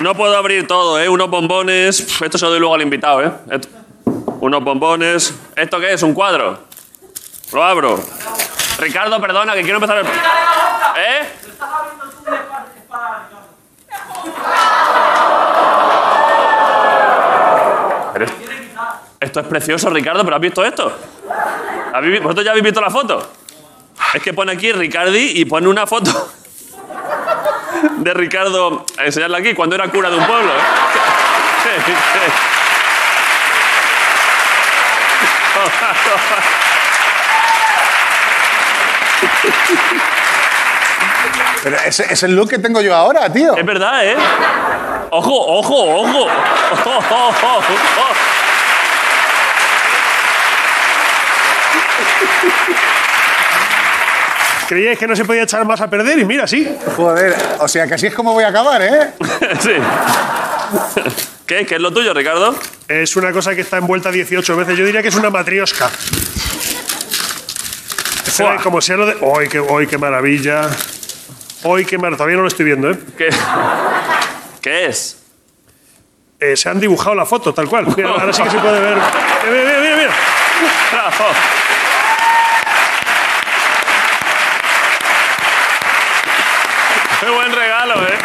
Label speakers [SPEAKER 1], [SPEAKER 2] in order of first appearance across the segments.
[SPEAKER 1] No puedo abrir todo, ¿eh? Unos bombones. Pf, Esto se lo doy luego al invitado, ¿eh? Esto- Unos bombones. ¿Esto qué es? ¿Un cuadro? Lo abro. Ricardo, perdona, que quiero empezar el... ¿Eh? Pero- Esto es precioso, Ricardo, pero ¿has visto esto? ¿Habéis vi- ¿Vosotros ya habéis visto la foto? Es que pone aquí Ricardi y pone una foto de Ricardo, a enseñarla aquí, cuando era cura de un pueblo. ¿eh?
[SPEAKER 2] Pero ese es el look que tengo yo ahora, tío.
[SPEAKER 1] Es verdad, ¿eh? Ojo, ojo, ojo. Ojo, ojo, ojo.
[SPEAKER 3] Creíais que no se podía echar más a perder y mira, sí.
[SPEAKER 2] Joder, o sea que así es como voy a acabar, ¿eh?
[SPEAKER 1] Sí. ¿Qué, ¿Qué es lo tuyo, Ricardo?
[SPEAKER 3] Es una cosa que está envuelta 18 veces. Yo diría que es una matriosca. Espera,
[SPEAKER 1] Fua.
[SPEAKER 3] Como sea lo de. ¡Ay, qué, ay, qué maravilla! ¡Ay, qué maravilla! Todavía no lo estoy viendo, ¿eh?
[SPEAKER 1] ¿Qué, ¿Qué es?
[SPEAKER 3] Eh, Se han dibujado la foto, tal cual. Mira, ahora sí que se puede ver. Eh, Mira, mira, mira. mira.
[SPEAKER 1] Bravo. Qué buen regalo, ¿eh?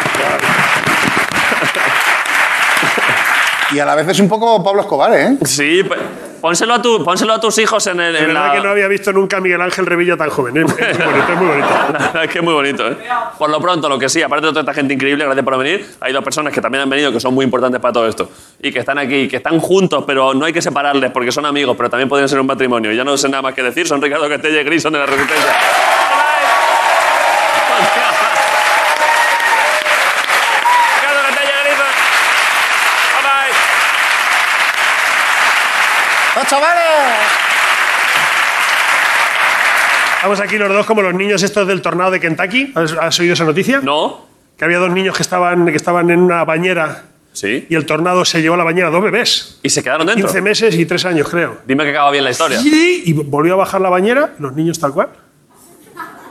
[SPEAKER 2] Y a la vez es un poco Pablo Escobar, ¿eh?
[SPEAKER 1] Sí, p- pónselo a, tu, pónselo a tus hijos en, el,
[SPEAKER 3] De
[SPEAKER 1] en
[SPEAKER 3] verdad
[SPEAKER 1] la...
[SPEAKER 3] que no había visto nunca a Miguel Ángel Revilla tan joven. ¿eh? Es muy bonito, es muy bonito.
[SPEAKER 1] La verdad es que es muy bonito, ¿eh? Por lo pronto, lo que sí, aparte de toda esta gente increíble, gracias por venir, hay dos personas que también han venido que son muy importantes para todo esto. Y que están aquí, que están juntos, pero no hay que separarles porque son amigos, pero también podrían ser un matrimonio. Ya no sé nada más que decir, son Ricardo Castella y Grison de la Resistencia. Ricardo Castella y Grison. Bye, bye.
[SPEAKER 2] ¡No, chavales!
[SPEAKER 3] Estamos aquí los dos como los niños estos del tornado de Kentucky. ¿Has, has oído esa noticia?
[SPEAKER 1] No,
[SPEAKER 3] Que había dos niños que estaban, que estaban en una bañera
[SPEAKER 1] sí.
[SPEAKER 3] y el tornado se llevó a la bañera dos bebés.
[SPEAKER 1] Y se quedaron dentro.
[SPEAKER 3] 15 meses y 3 años, creo.
[SPEAKER 1] Dime que acaba bien la historia.
[SPEAKER 3] Y y volvió a bajar la bañera, los niños tal cual.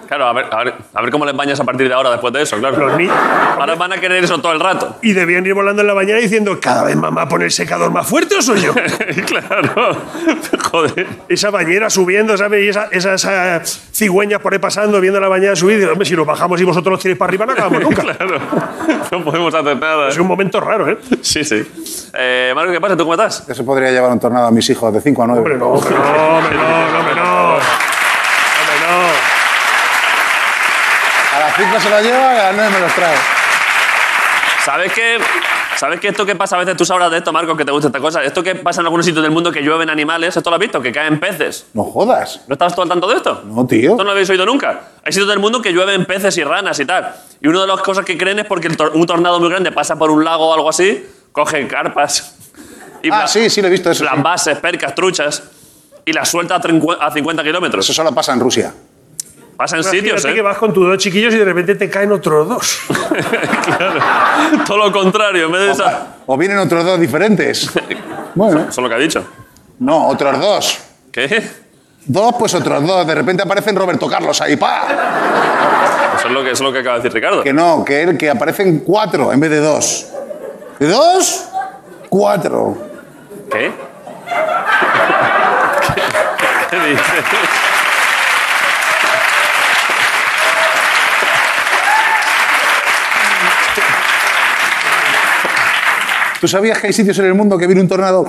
[SPEAKER 1] Claro, a ver, a ver, a ver cómo les bañas a partir de ahora después de eso, claro.
[SPEAKER 3] Los ni-
[SPEAKER 1] Ahora van a querer eso todo el rato.
[SPEAKER 3] Y debían ir volando en la bañera diciendo, cada vez mamá pone el secador más fuerte o soy yo.
[SPEAKER 1] claro. Joder.
[SPEAKER 3] esa bañera subiendo, ¿sabes? Y esa- esas eh, cigüeñas por ahí pasando, viendo la bañera subir. Digo, hombre, si nos bajamos y vosotros los tiréis para arriba, no acabamos nunca.
[SPEAKER 1] Claro. No podemos hacer nada.
[SPEAKER 3] Es un momento raro, ¿eh?
[SPEAKER 1] Sí, sí. Eh, Marco, ¿qué pasa? ¿Tú cómo estás?
[SPEAKER 2] Eso podría llevar un tornado a mis hijos de 5 a 9.
[SPEAKER 3] Hombre, no, hombre, no, hombre, no, no, hombre, no. Hombre, no.
[SPEAKER 2] A las 5 se lo lleva y a las 9 me los trae.
[SPEAKER 1] ¿Sabes que, ¿Sabes que esto que pasa a veces? Tú sabrás de esto, Marco, que te gusta esta cosa. Esto que pasa en algunos sitios del mundo que llueven animales, ¿esto lo has visto? Que caen peces.
[SPEAKER 2] No jodas.
[SPEAKER 1] ¿No estabas tú al tanto de esto?
[SPEAKER 2] No, tío.
[SPEAKER 1] Esto no lo habéis oído nunca. Hay sitios del mundo que llueven peces y ranas y tal. Y una de las cosas que creen es porque el tor- un tornado muy grande pasa por un lago o algo así, coge carpas. Y
[SPEAKER 2] Ah,
[SPEAKER 1] pla-
[SPEAKER 2] sí, sí, lo he visto. Eso, sí.
[SPEAKER 1] las bases, percas, truchas, y las suelta a, trincu- a 50
[SPEAKER 2] Eso
[SPEAKER 1] kilómetros.
[SPEAKER 2] solo pasa en Rusia.
[SPEAKER 1] Pasa en
[SPEAKER 3] Imagínate
[SPEAKER 1] sitios,
[SPEAKER 3] que
[SPEAKER 1] ¿eh?
[SPEAKER 3] vas con tus dos chiquillos y de repente te caen otros dos.
[SPEAKER 1] Claro. Todo lo contrario, en vez de esa...
[SPEAKER 2] O vienen otros dos diferentes. Bueno,
[SPEAKER 1] Eso es lo que ha dicho.
[SPEAKER 2] no, otros dos.
[SPEAKER 1] ¿Qué? Eso
[SPEAKER 2] Dos, pues otros dos. De repente aparecen Roberto Carlos ahí, pa.
[SPEAKER 1] es lo que, eso es lo que acaba de decir Ricardo.
[SPEAKER 2] Que no, que, él- que aparecen cuatro en vez de dos. ¿De dos? Cuatro.
[SPEAKER 1] ¿Qué? ¿Qué dices?
[SPEAKER 2] ¿Tú sabías que hay sitios en el mundo que viene un tornado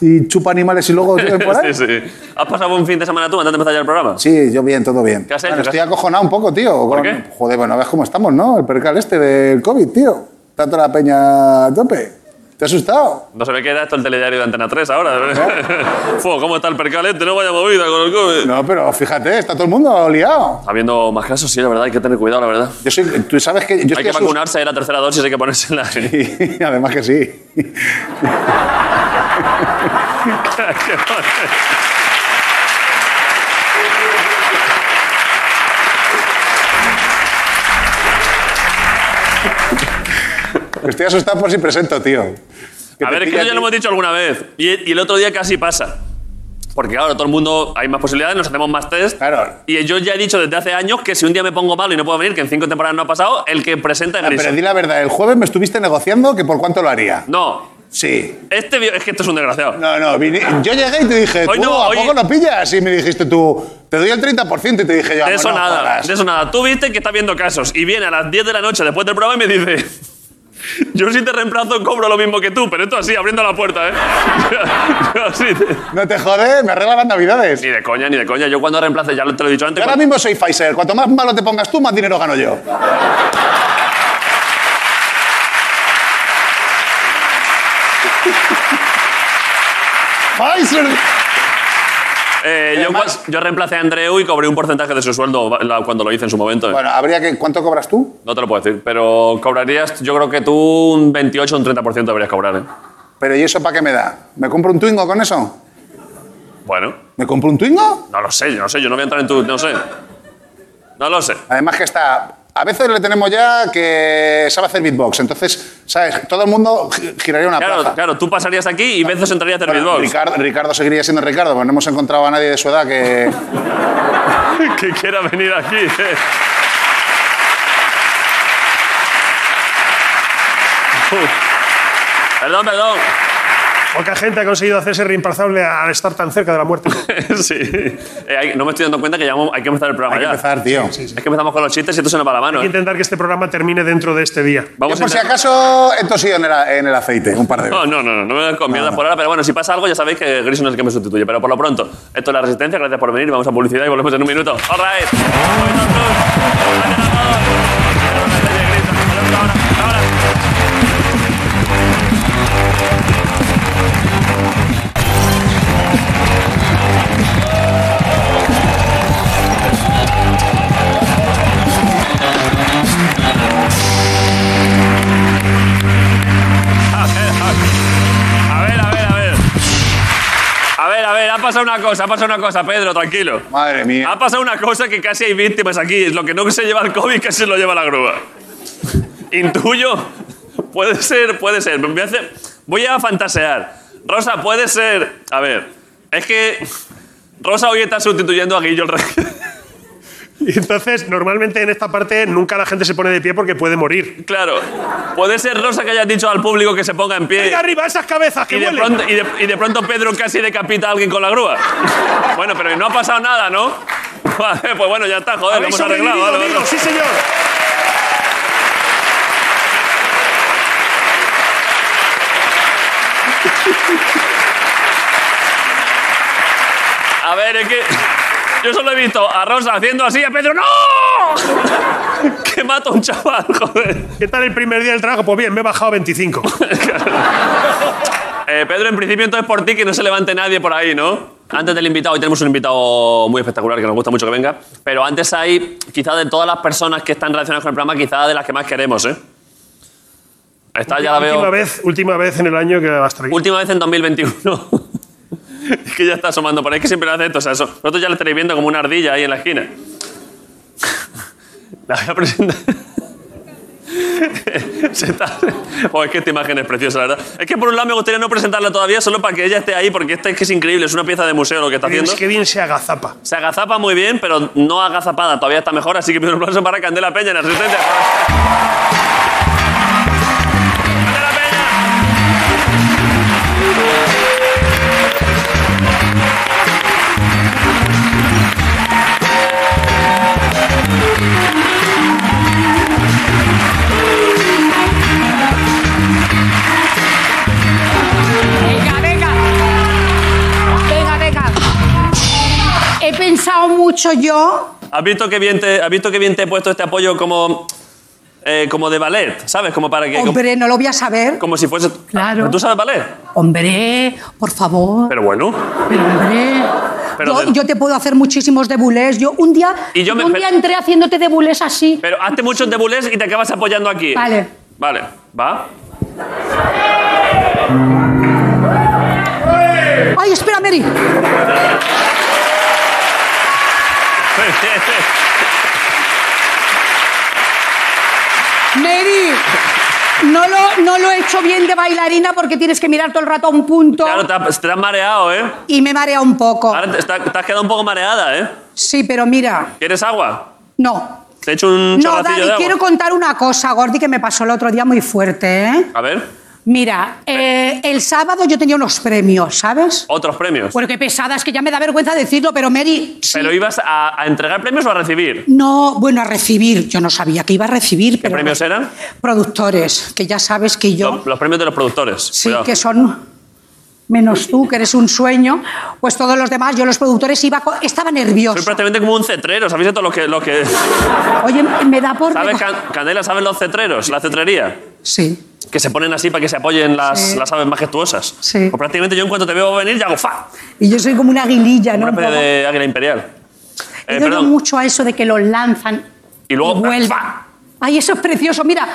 [SPEAKER 2] y chupa animales y luego llueven por ahí?
[SPEAKER 1] Sí, sí. ¿Has pasado un fin de semana tú antes de empezar ya el programa?
[SPEAKER 2] Sí, yo bien, todo bien.
[SPEAKER 1] ¿Qué has hecho?
[SPEAKER 2] Bueno,
[SPEAKER 1] ¿Qué
[SPEAKER 2] estoy
[SPEAKER 1] has-
[SPEAKER 2] acojonado un poco, tío. con-
[SPEAKER 1] qué?
[SPEAKER 2] Joder, bueno, ves cómo estamos, ¿no? El percal este del COVID, tío. Está toda la peña a tope. ¿Te has asustado?
[SPEAKER 1] No se ve que era esto el telediario de Antena 3 ahora. Fue, ¿cómo está el percalente? No vaya movida con el COVID.
[SPEAKER 2] No, pero fíjate, está todo el mundo liado.
[SPEAKER 1] Habiendo más casos, sí, la verdad, hay que tener cuidado, la verdad.
[SPEAKER 2] Yo soy, tú sabes que yo
[SPEAKER 1] Hay
[SPEAKER 2] estoy
[SPEAKER 1] que
[SPEAKER 2] asus-
[SPEAKER 1] vacunarse, hay la tercera dosis, hay que ponerse la...
[SPEAKER 2] Y además que sí. Estoy asustado por si presento, tío. Que
[SPEAKER 1] A
[SPEAKER 2] te
[SPEAKER 1] ver, es que eso ya
[SPEAKER 2] pilla a
[SPEAKER 1] lo
[SPEAKER 2] ti.
[SPEAKER 1] hemos dicho alguna vez. Y, y el otro día casi pasa. Porque claro, todo el mundo hay más posibilidades, nos hacemos más test.
[SPEAKER 2] Claro.
[SPEAKER 1] Y yo ya he dicho desde hace años que si un día me pongo malo y no puedo venir, que en cinco temporadas no ha pasado, el que presenta es
[SPEAKER 2] Ah,
[SPEAKER 1] Griso.
[SPEAKER 2] Pero di la verdad, el jueves me estuviste negociando que por cuánto lo haría.
[SPEAKER 1] No,
[SPEAKER 2] Sí.
[SPEAKER 1] este vi- es que esto es un desgraciado.
[SPEAKER 2] No, no, vine- yo llegué y te dije,
[SPEAKER 1] Hoy
[SPEAKER 2] tú,
[SPEAKER 1] no,
[SPEAKER 2] ¿a
[SPEAKER 1] hoy-
[SPEAKER 2] poco lo pillas? Y me dijiste tú, te doy el 30% y te dije yo,
[SPEAKER 1] De
[SPEAKER 2] "Vamos,
[SPEAKER 1] eso
[SPEAKER 2] no
[SPEAKER 1] nada,
[SPEAKER 2] jodas".
[SPEAKER 1] de eso nada. Tú viste que está viendo casos y viene a las 10 de la noche después del programa y me dice, yo si te reemplazo cobro lo mismo que tú, pero esto así, abriendo la puerta, ¿eh? Yo así te-
[SPEAKER 2] No te jode, me arreglan las navidades.
[SPEAKER 1] Ni de coña, ni de coña. Yo cuando reemplace, ya lo- te lo he dicho antes,
[SPEAKER 2] Yo ahora mismo soy Pfizer. Cuanto más malo te pongas tú, más dinero gano yo. Pfizer.
[SPEAKER 1] eh, yo,
[SPEAKER 2] Además-
[SPEAKER 1] cua- yo reemplacé a Andreu y cobré un porcentaje de su sueldo la- cuando lo hice en su momento. ¿eh?
[SPEAKER 2] Bueno, habría que. ¿Cuánto cobras tú?
[SPEAKER 1] No te lo puedo decir, pero cobrarías, yo creo que tú un 28 o un 30% deberías cobrar. ¿eh?
[SPEAKER 2] Pero ¿y eso para qué me da? ¿Me compro un Twingo con eso?
[SPEAKER 1] Bueno,
[SPEAKER 2] ¿Me compro un Twingo?
[SPEAKER 1] no lo sé, yo no sé, yo no voy a entrar en tu... No sé. No lo sé.
[SPEAKER 2] Además que está. A veces le tenemos ya que sabe hacer beatbox. Entonces, ¿sabes? Todo el mundo gi- giraría una
[SPEAKER 1] Claro,
[SPEAKER 2] plaza.
[SPEAKER 1] claro, tú pasarías aquí y veces entrarías en
[SPEAKER 2] Bueno,
[SPEAKER 1] beatbox.
[SPEAKER 2] Ricardo, Ricardo seguiría siendo Ricardo, porque no hemos encontrado a nadie de su edad que.
[SPEAKER 1] que quiera venir aquí. eh. Perdón, perdón.
[SPEAKER 3] Poca gente ha conseguido hacerse reemplazable al estar tan cerca de la muerte.
[SPEAKER 1] sí. Eh, hay- no me estoy dando cuenta que llevamos- hay que empezar el programa
[SPEAKER 2] Hay que
[SPEAKER 1] ya.
[SPEAKER 2] empezar, tío.
[SPEAKER 1] Es que empezamos con los chistes y esto se nos va la mano.
[SPEAKER 3] Hay que
[SPEAKER 1] eh.
[SPEAKER 3] intentar que este programa termine dentro de este día.
[SPEAKER 2] Yo
[SPEAKER 1] Vamos a
[SPEAKER 2] por si
[SPEAKER 1] intentar-
[SPEAKER 2] acaso he tosido en el, a- en el aceite un par de veces.
[SPEAKER 1] No, no, no, no, no me con mierda por ahora, pero bueno, si pasa algo ya sabéis que Grison es el que me sustituye. Pero por lo pronto, esto es La Resistencia, gracias por venir, vamos a publicidad y volvemos en un minuto. All right. Gracias a todos. Gracias a todos. Gracias, Grison. Nos vemos ahora. Hasta ahora. A ver, a ver, a ver, a ver. A ver, a ver, ha pasado una cosa, ha pasado una cosa, Pedro, tranquilo.
[SPEAKER 2] Madre mía.
[SPEAKER 1] Ha pasado una cosa que casi hay víctimas aquí. Lo que no se lleva el COVID casi lo lleva la grúa. Intuyo. Puede ser, puede ser. Voy a, hacer- voy a fantasear. Rosa, puede ser. A ver, es que. Rosa hoy está sustituyendo a Guillo el Rey.
[SPEAKER 3] Y entonces, normalmente en esta parte nunca la gente se pone de pie porque puede morir.
[SPEAKER 1] Claro. Puede ser Rosa que haya dicho al público que se ponga en pie.
[SPEAKER 3] ¡Venga arriba, esas cabezas que
[SPEAKER 1] Y de,
[SPEAKER 3] huelen!
[SPEAKER 1] pronto, y, de, y de pronto Pedro casi decapita a alguien con la grúa. Bueno, pero no ha pasado nada, ¿no? Vale, pues bueno, ya está, joder, lo
[SPEAKER 3] ¡Habéis
[SPEAKER 1] hemos arreglado.
[SPEAKER 3] sobrevivido,
[SPEAKER 1] vale,
[SPEAKER 3] amigos!
[SPEAKER 1] vale.
[SPEAKER 3] ¡Sí, señor!
[SPEAKER 1] A ver, es que yo solo he visto a Rosa haciendo así y a Pedro, ¡no! Que mata a un chaval, joder.
[SPEAKER 3] ¿Qué tal el primer día del trabajo? Pues bien, me he bajado 25.
[SPEAKER 1] Eh, Pedro, en principio entonces por ti que no se levante nadie por ahí, ¿no? Antes del invitado, hoy tenemos un invitado muy espectacular que nos gusta mucho que venga, pero antes hay, quizá de todas las personas que están relacionadas con el programa, quizá de las que más queremos, ¿eh? Esta ya la veo.
[SPEAKER 3] Última vez, última vez en el año que vas a traer.
[SPEAKER 1] Última vez en 2021. es que ya está asomando por ahí, es que siempre lo hace esto. O sea, eso, vosotros ya lo estaréis viendo como una ardilla ahí en la esquina. la voy a presentar. Se está- Oh, es que esta imagen es preciosa, la verdad. Es que por un lado me gustaría no presentarla todavía solo para que ella esté ahí, porque esta es que es increíble, es una pieza de museo lo que está
[SPEAKER 3] Qué bien-
[SPEAKER 1] haciendo.
[SPEAKER 3] qué bien se agazapa.
[SPEAKER 1] Se agazapa muy bien, pero no agazapada, todavía está mejor, así que pido un aplauso para Candela Peña en la resistencia. ¡Candela Peña!
[SPEAKER 4] Venga, venga. Venga, venga. He pensado mucho yo.
[SPEAKER 1] ¿Has visto que bien te, has visto que bien te he puesto este apoyo como, eh, como de ballet? ¿Sabes? Como para que. Como,
[SPEAKER 4] Hombre, no lo voy a saber.
[SPEAKER 1] como si fuese.
[SPEAKER 4] Claro.
[SPEAKER 1] ¿Tú sabes ballet?
[SPEAKER 4] Hombre, por favor.
[SPEAKER 1] Pero bueno.
[SPEAKER 4] Pero, hombre.
[SPEAKER 1] Pero
[SPEAKER 4] yo,
[SPEAKER 1] de-
[SPEAKER 4] yo te puedo hacer muchísimos debulés. Yo un día,
[SPEAKER 1] Y yo me-
[SPEAKER 4] un día entré haciéndote debulés así.
[SPEAKER 1] Pero hazte muchos debulés y te acabas apoyando aquí.
[SPEAKER 4] Vale.
[SPEAKER 1] Vale. ¿Va?
[SPEAKER 4] Ay, espera, Mary.
[SPEAKER 1] Este,
[SPEAKER 4] Mary, no lo, no lo he hecho bien de bailarina porque tienes que mirar todo el rato a un punto
[SPEAKER 1] Claro, te, has- te has mareado, ¿eh?
[SPEAKER 4] y me marea un poco.
[SPEAKER 1] Ahora te, está- te has quedado un poco mareada, ¿eh?
[SPEAKER 4] Sí, pero mira,
[SPEAKER 1] ¿Quieres agua?
[SPEAKER 4] no.
[SPEAKER 1] Te he hecho un
[SPEAKER 4] No,
[SPEAKER 1] chorracillo
[SPEAKER 4] Dani,
[SPEAKER 1] de agua.
[SPEAKER 4] quiero contar una cosa, Gordi, que me pasó el otro día muy fuerte, ¿eh?
[SPEAKER 1] A ver,
[SPEAKER 4] Mira, eh, el sábado yo tenía unos premios, ¿sabes?
[SPEAKER 1] otros premios.
[SPEAKER 4] Bueno, qué pesada, es que ya me da vergüenza decirlo, pero Mary, Pues sí.
[SPEAKER 1] ¿Pero ibas a, a entregar premios o a recibir?
[SPEAKER 4] No, bueno, a recibir. Yo no sabía que iba a recibir.
[SPEAKER 1] ¿Qué
[SPEAKER 4] pero
[SPEAKER 1] premios eran?
[SPEAKER 4] Productores, que ya sabes que yo...
[SPEAKER 1] Los, los premios de los productores.
[SPEAKER 4] Sí,
[SPEAKER 1] Cuidado.
[SPEAKER 4] que son menos tú, que eres un sueño, pues todos los demás, yo los productores iba, co- estaba
[SPEAKER 1] Soy
[SPEAKER 4] nerviosa.
[SPEAKER 1] prácticamente como un cetrero, ¿sabéis de todo lo que... Lo que...
[SPEAKER 4] Oye, me da por...
[SPEAKER 1] ¿Sabes, Can- Candela, sabes los cetreros? La cetrería.
[SPEAKER 4] Sí.
[SPEAKER 1] Que se ponen así para que se apoyen las,
[SPEAKER 4] Sí.
[SPEAKER 1] las aves majestuosas.
[SPEAKER 4] Sí.
[SPEAKER 1] Pues prácticamente yo en cuanto te veo venir ya hago fa.
[SPEAKER 4] Y yo soy como una aguililla, ¿no?
[SPEAKER 1] Una
[SPEAKER 4] Un
[SPEAKER 1] especie
[SPEAKER 4] poco.
[SPEAKER 1] de águila imperial.
[SPEAKER 4] He
[SPEAKER 1] Eh,
[SPEAKER 4] dado
[SPEAKER 1] perdón.
[SPEAKER 4] mucho a eso de que los lanzan
[SPEAKER 1] Y luego-
[SPEAKER 4] vuelven.
[SPEAKER 1] ¡Fa!
[SPEAKER 4] Ay, eso es precioso, mira.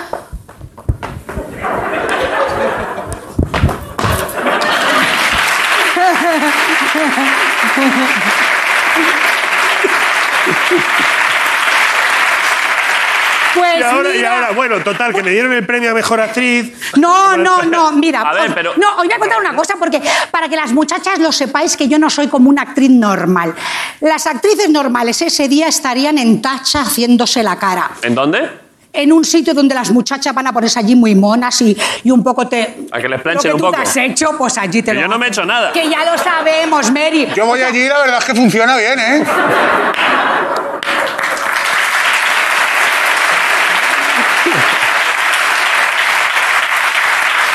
[SPEAKER 4] Pues
[SPEAKER 3] Y ahora, y
[SPEAKER 4] mira.
[SPEAKER 3] ahora, bueno, total, que me dieron el premio a mejor actriz.
[SPEAKER 4] No, no, no, mira.
[SPEAKER 1] A ver,
[SPEAKER 4] os-
[SPEAKER 1] pero-
[SPEAKER 4] No, os voy a contar una cosa porque para que las muchachas lo sepáis que yo no soy como una actriz normal. Las actrices normales ese día estarían en tacha haciéndose la cara.
[SPEAKER 1] ¿En dónde?
[SPEAKER 4] En un sitio donde las muchachas van a ponerse allí muy monas y, y un poco te...
[SPEAKER 1] A que les planchen
[SPEAKER 4] lo
[SPEAKER 1] un
[SPEAKER 4] tú
[SPEAKER 1] poco.
[SPEAKER 4] te has hecho, pues allí te
[SPEAKER 1] Que
[SPEAKER 4] lo
[SPEAKER 1] yo no me he
[SPEAKER 4] hacen.
[SPEAKER 1] hecho nada.
[SPEAKER 4] Que ya lo sabemos, Mary.
[SPEAKER 2] Yo voy allí y la verdad es que funciona bien, ¿eh?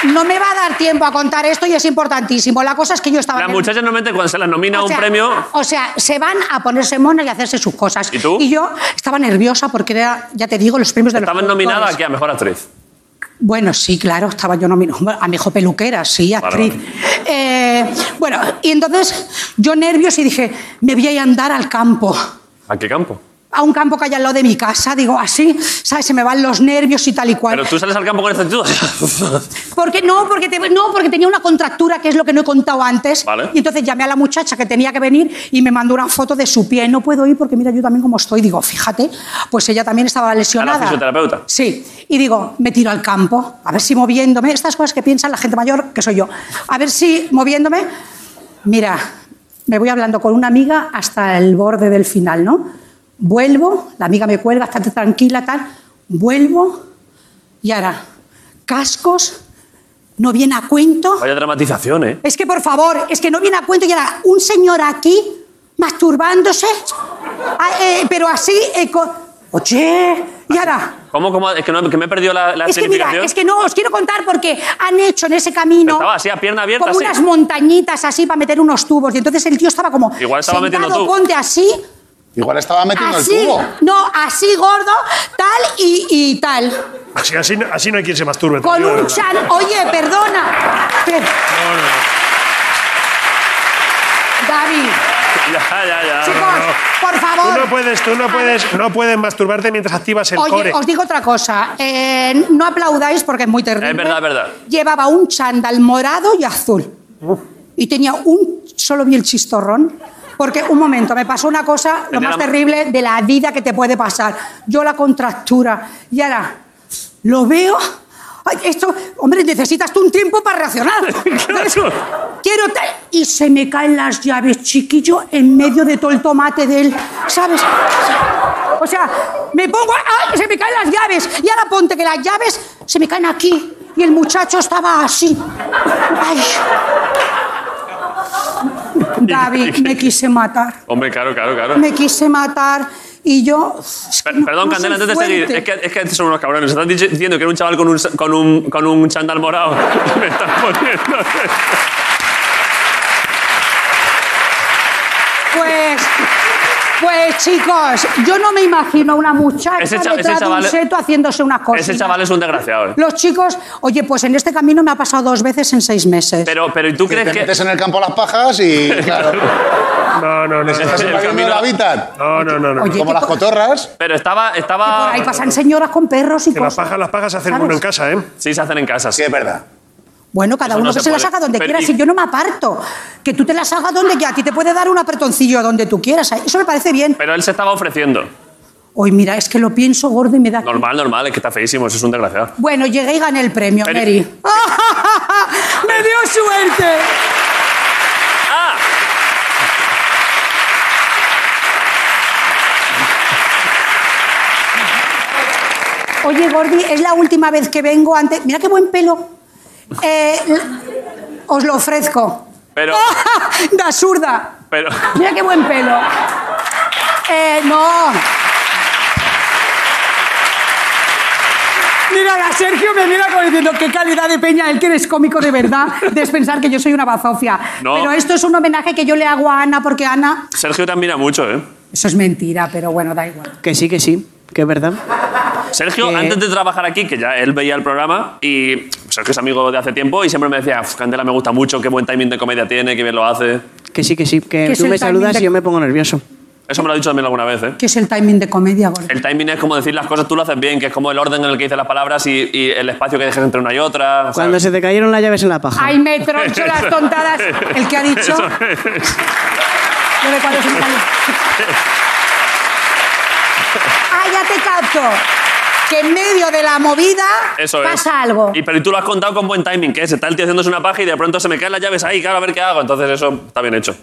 [SPEAKER 4] No me va a dar tiempo a contar esto y es importantísimo. La cosa es que yo estaba...
[SPEAKER 1] Las
[SPEAKER 4] en el-
[SPEAKER 1] muchachas normalmente cuando se las nomina a
[SPEAKER 4] O
[SPEAKER 1] un
[SPEAKER 4] sea,
[SPEAKER 1] premio...
[SPEAKER 4] O sea, se van a ponerse monas y a hacerse sus cosas.
[SPEAKER 1] ¿Y tú?
[SPEAKER 4] yo estaba nerviosa porque era, ya te digo, los premios de
[SPEAKER 1] Estaban
[SPEAKER 4] los productores.
[SPEAKER 1] nominadas aquí a Mejor Actriz.
[SPEAKER 4] Bueno, sí, claro, estaba yo nominada. A mi hijo peluquera, sí, actriz. Eh, bueno, y entonces yo nervios y dije, me voy a ir a andar al campo.
[SPEAKER 1] ¿A qué campo?
[SPEAKER 4] A un campo que hay al lado de mi casa, digo, así, ¿sabes? Se me van los nervios y tal y cual.
[SPEAKER 1] Pero tú sales al campo con esta actitud.
[SPEAKER 4] Porque no, porque te- no, porque tenía una contractura que es lo que no he contado antes.
[SPEAKER 1] Vale.
[SPEAKER 4] Y entonces llamé a la muchacha que tenía que venir y me mandó una foto de su pie. No puedo ir porque mira yo también como estoy. Digo, fíjate, pues ella también estaba lesionada.
[SPEAKER 1] A la fisioterapeuta.
[SPEAKER 4] Sí. Y digo, me tiro al campo a ver si moviéndome estas cosas que piensa la gente mayor que soy yo. A ver si moviéndome, mira, me voy hablando con una amiga hasta el borde del final, ¿no? Vuelvo, la amiga me cuelga, estate tranquila, tal. Vuelvo y ahora cascos no viene a cuento.
[SPEAKER 1] Vaya dramatización, ¿eh?
[SPEAKER 4] Es que, por favor, es que no viene a cuento. Y ahora, un señor aquí masturbándose, ah, eh, pero así, eh, con- oye, y ahora...
[SPEAKER 1] ¿Cómo, cómo? Es que, no- que me he perdido la, la
[SPEAKER 4] Es que mira,
[SPEAKER 1] significación.
[SPEAKER 4] es que no os quiero contar porque han hecho en ese camino
[SPEAKER 1] Estaba así, a pierna abierta,
[SPEAKER 4] como
[SPEAKER 1] así.
[SPEAKER 4] unas montañitas así para meter unos tubos y entonces el tío estaba como
[SPEAKER 1] Igual estaba metiendo
[SPEAKER 4] sentado,
[SPEAKER 1] tú.
[SPEAKER 4] ponte así,
[SPEAKER 2] Igual estaba metiendo el
[SPEAKER 4] así,
[SPEAKER 2] tubo.
[SPEAKER 4] no, así gordo, tal y, y tal,
[SPEAKER 3] Así, así, no- así no hay quien se masturbe. te
[SPEAKER 4] con
[SPEAKER 3] digo la
[SPEAKER 4] un
[SPEAKER 3] verdad.
[SPEAKER 4] chan, oye, perdona, per-
[SPEAKER 3] No, no, no.
[SPEAKER 4] David,
[SPEAKER 1] Ya, ya, ya.
[SPEAKER 4] chicos, por
[SPEAKER 3] Tú
[SPEAKER 4] favor.
[SPEAKER 3] no puedes, tú no puedes, no puedes masturbarte mientras activas el
[SPEAKER 4] Oye,
[SPEAKER 3] core.
[SPEAKER 4] os digo otra cosa. eh, no aplaudáis porque es muy terrible.
[SPEAKER 1] Es verdad, es verdad.
[SPEAKER 4] Llevaba un chándal morado y azul. Y tenía un... Solo vi el chistorrón. Porque, un momento, me pasó una cosa, lo
[SPEAKER 1] Tenía
[SPEAKER 4] más
[SPEAKER 1] la-
[SPEAKER 4] terrible de la vida que te puede pasar. Yo la contractura. Y ahora, lo veo... Ay, esto, hombre, necesitas tú un tiempo para reaccionar.
[SPEAKER 1] Claro.
[SPEAKER 4] Quiero tal. Y se me caen las llaves, chiquillo, en medio de todo el tomate de él, ¿sabes? O sea, me pongo. ¡Ay! Se me caen las llaves. Y ahora ponte que las llaves se me caen aquí. Y el muchacho estaba así. ¡Ay! David, me quise matar.
[SPEAKER 1] Hombre, claro, claro, claro.
[SPEAKER 4] Me quise matar. Y yo. es que
[SPEAKER 1] Per-
[SPEAKER 4] no-
[SPEAKER 1] Perdón,
[SPEAKER 4] no
[SPEAKER 1] Candela,
[SPEAKER 4] soy
[SPEAKER 1] antes de seguir.
[SPEAKER 4] fuerte.
[SPEAKER 1] Es que, es que son unos cabrones. Están dic- diciendo que era un chaval con un, sa- con un, con un chándal morado. Me están poniendo.
[SPEAKER 4] Pues, pues chicos, yo no me imagino una muchacha
[SPEAKER 1] Ese cha- ese
[SPEAKER 4] detrás
[SPEAKER 1] chaval-
[SPEAKER 4] de un seto haciéndose unas cosas.
[SPEAKER 1] Ese chaval es un desgraciado. ¿eh?
[SPEAKER 4] Los chicos, oye, pues en este camino me ha pasado dos veces en seis meses.
[SPEAKER 1] Pero, pero ¿y tú
[SPEAKER 2] Que
[SPEAKER 1] crees
[SPEAKER 2] te
[SPEAKER 1] que.?
[SPEAKER 2] metes en el campo a las pajas y, claro,
[SPEAKER 3] No, no, no. no,
[SPEAKER 2] estás invadiendo el hábitat.
[SPEAKER 3] No, no, no. no.
[SPEAKER 4] Oye,
[SPEAKER 2] Como
[SPEAKER 4] que
[SPEAKER 2] las
[SPEAKER 4] por-
[SPEAKER 2] cotorras.
[SPEAKER 1] Pero estaba.
[SPEAKER 4] que por
[SPEAKER 1] estaba...
[SPEAKER 4] ahí pasan señoras con perros y
[SPEAKER 3] Que las
[SPEAKER 4] cosas.
[SPEAKER 3] pajas, las pajas se hacen
[SPEAKER 4] ¿Sabes?
[SPEAKER 3] uno en casa, ¿eh?
[SPEAKER 1] Sí, se hacen en casa.
[SPEAKER 2] Sí,
[SPEAKER 1] sí.
[SPEAKER 2] es verdad.
[SPEAKER 4] Bueno, cada
[SPEAKER 1] Eso
[SPEAKER 4] uno
[SPEAKER 1] no
[SPEAKER 4] que
[SPEAKER 1] se
[SPEAKER 4] se, las
[SPEAKER 1] puede.
[SPEAKER 4] haga donde
[SPEAKER 1] Pero
[SPEAKER 4] quiera,
[SPEAKER 1] y-
[SPEAKER 4] si yo no me aparto. Que tú te las hagas donde quieras, a ti te puede dar un apretoncillo donde tú quieras. Eso me parece bien.
[SPEAKER 1] Pero él se estaba ofreciendo.
[SPEAKER 4] Hoy, mira, es que lo pienso gordo y me da. aquí.
[SPEAKER 1] Normal, normal, es que está feísimo, eso es un desgraciado.
[SPEAKER 4] Bueno, llegué y gané el premio,
[SPEAKER 1] Pero-
[SPEAKER 4] Mary. ¡Me dio suerte!
[SPEAKER 1] ¡Ah!
[SPEAKER 4] Oye, Gordi, es la última vez que vengo antes. Mira qué buen pelo. Eh, l- os lo ofrezco.
[SPEAKER 1] Pero-
[SPEAKER 4] ¡Da zurda!
[SPEAKER 1] Pero.
[SPEAKER 4] Mira qué buen pelo. Eh, no. Mira, la Sergio me mira como diciendo qué calidad de peña él que eres cómico de verdad, de pensar que yo soy una bazofia.
[SPEAKER 1] No.
[SPEAKER 4] Pero esto es un homenaje que yo le hago a Ana porque Ana,
[SPEAKER 1] Sergio te admira mucho, ¿eh?
[SPEAKER 4] eso es mentira, pero bueno, da igual.
[SPEAKER 5] Que sí, que sí, que es verdad.
[SPEAKER 1] Sergio,
[SPEAKER 5] Eh.
[SPEAKER 1] antes de trabajar aquí, que ya él veía el programa, y Sergio es amigo de hace tiempo, y siempre me decía, "Uf, Candela me gusta mucho, qué buen timing de comedia tiene, qué bien lo hace.
[SPEAKER 5] Que sí, que sí, que
[SPEAKER 4] Que es
[SPEAKER 5] tú
[SPEAKER 4] el
[SPEAKER 5] me saludas
[SPEAKER 4] timing de-
[SPEAKER 5] y yo me pongo nervioso.
[SPEAKER 1] Eso me lo ha dicho también alguna vez, ¿eh?
[SPEAKER 4] ¿Qué es el timing de comedia, Gordi?
[SPEAKER 1] El timing es como decir las cosas, tú lo haces bien, que es como el orden en el que dices las palabras y, y el espacio que dejas entre una y otra. o sea,
[SPEAKER 5] Cuando se te cayeron las llaves en la paja.
[SPEAKER 4] Ay, me troncho las tontadas. El que ha dicho.
[SPEAKER 1] Eso
[SPEAKER 3] ¿eh?
[SPEAKER 1] es.
[SPEAKER 4] Lo de cuando se me sale. Ah, ya te capto. Que en medio de la movida
[SPEAKER 1] Eso es.
[SPEAKER 4] pasa algo.
[SPEAKER 1] Y, pero tú lo has contado con buen timing, que es, está el tío haciéndose una paja y de pronto se me caen las llaves ahí, claro, a ver qué hago. Entonces eso está bien hecho.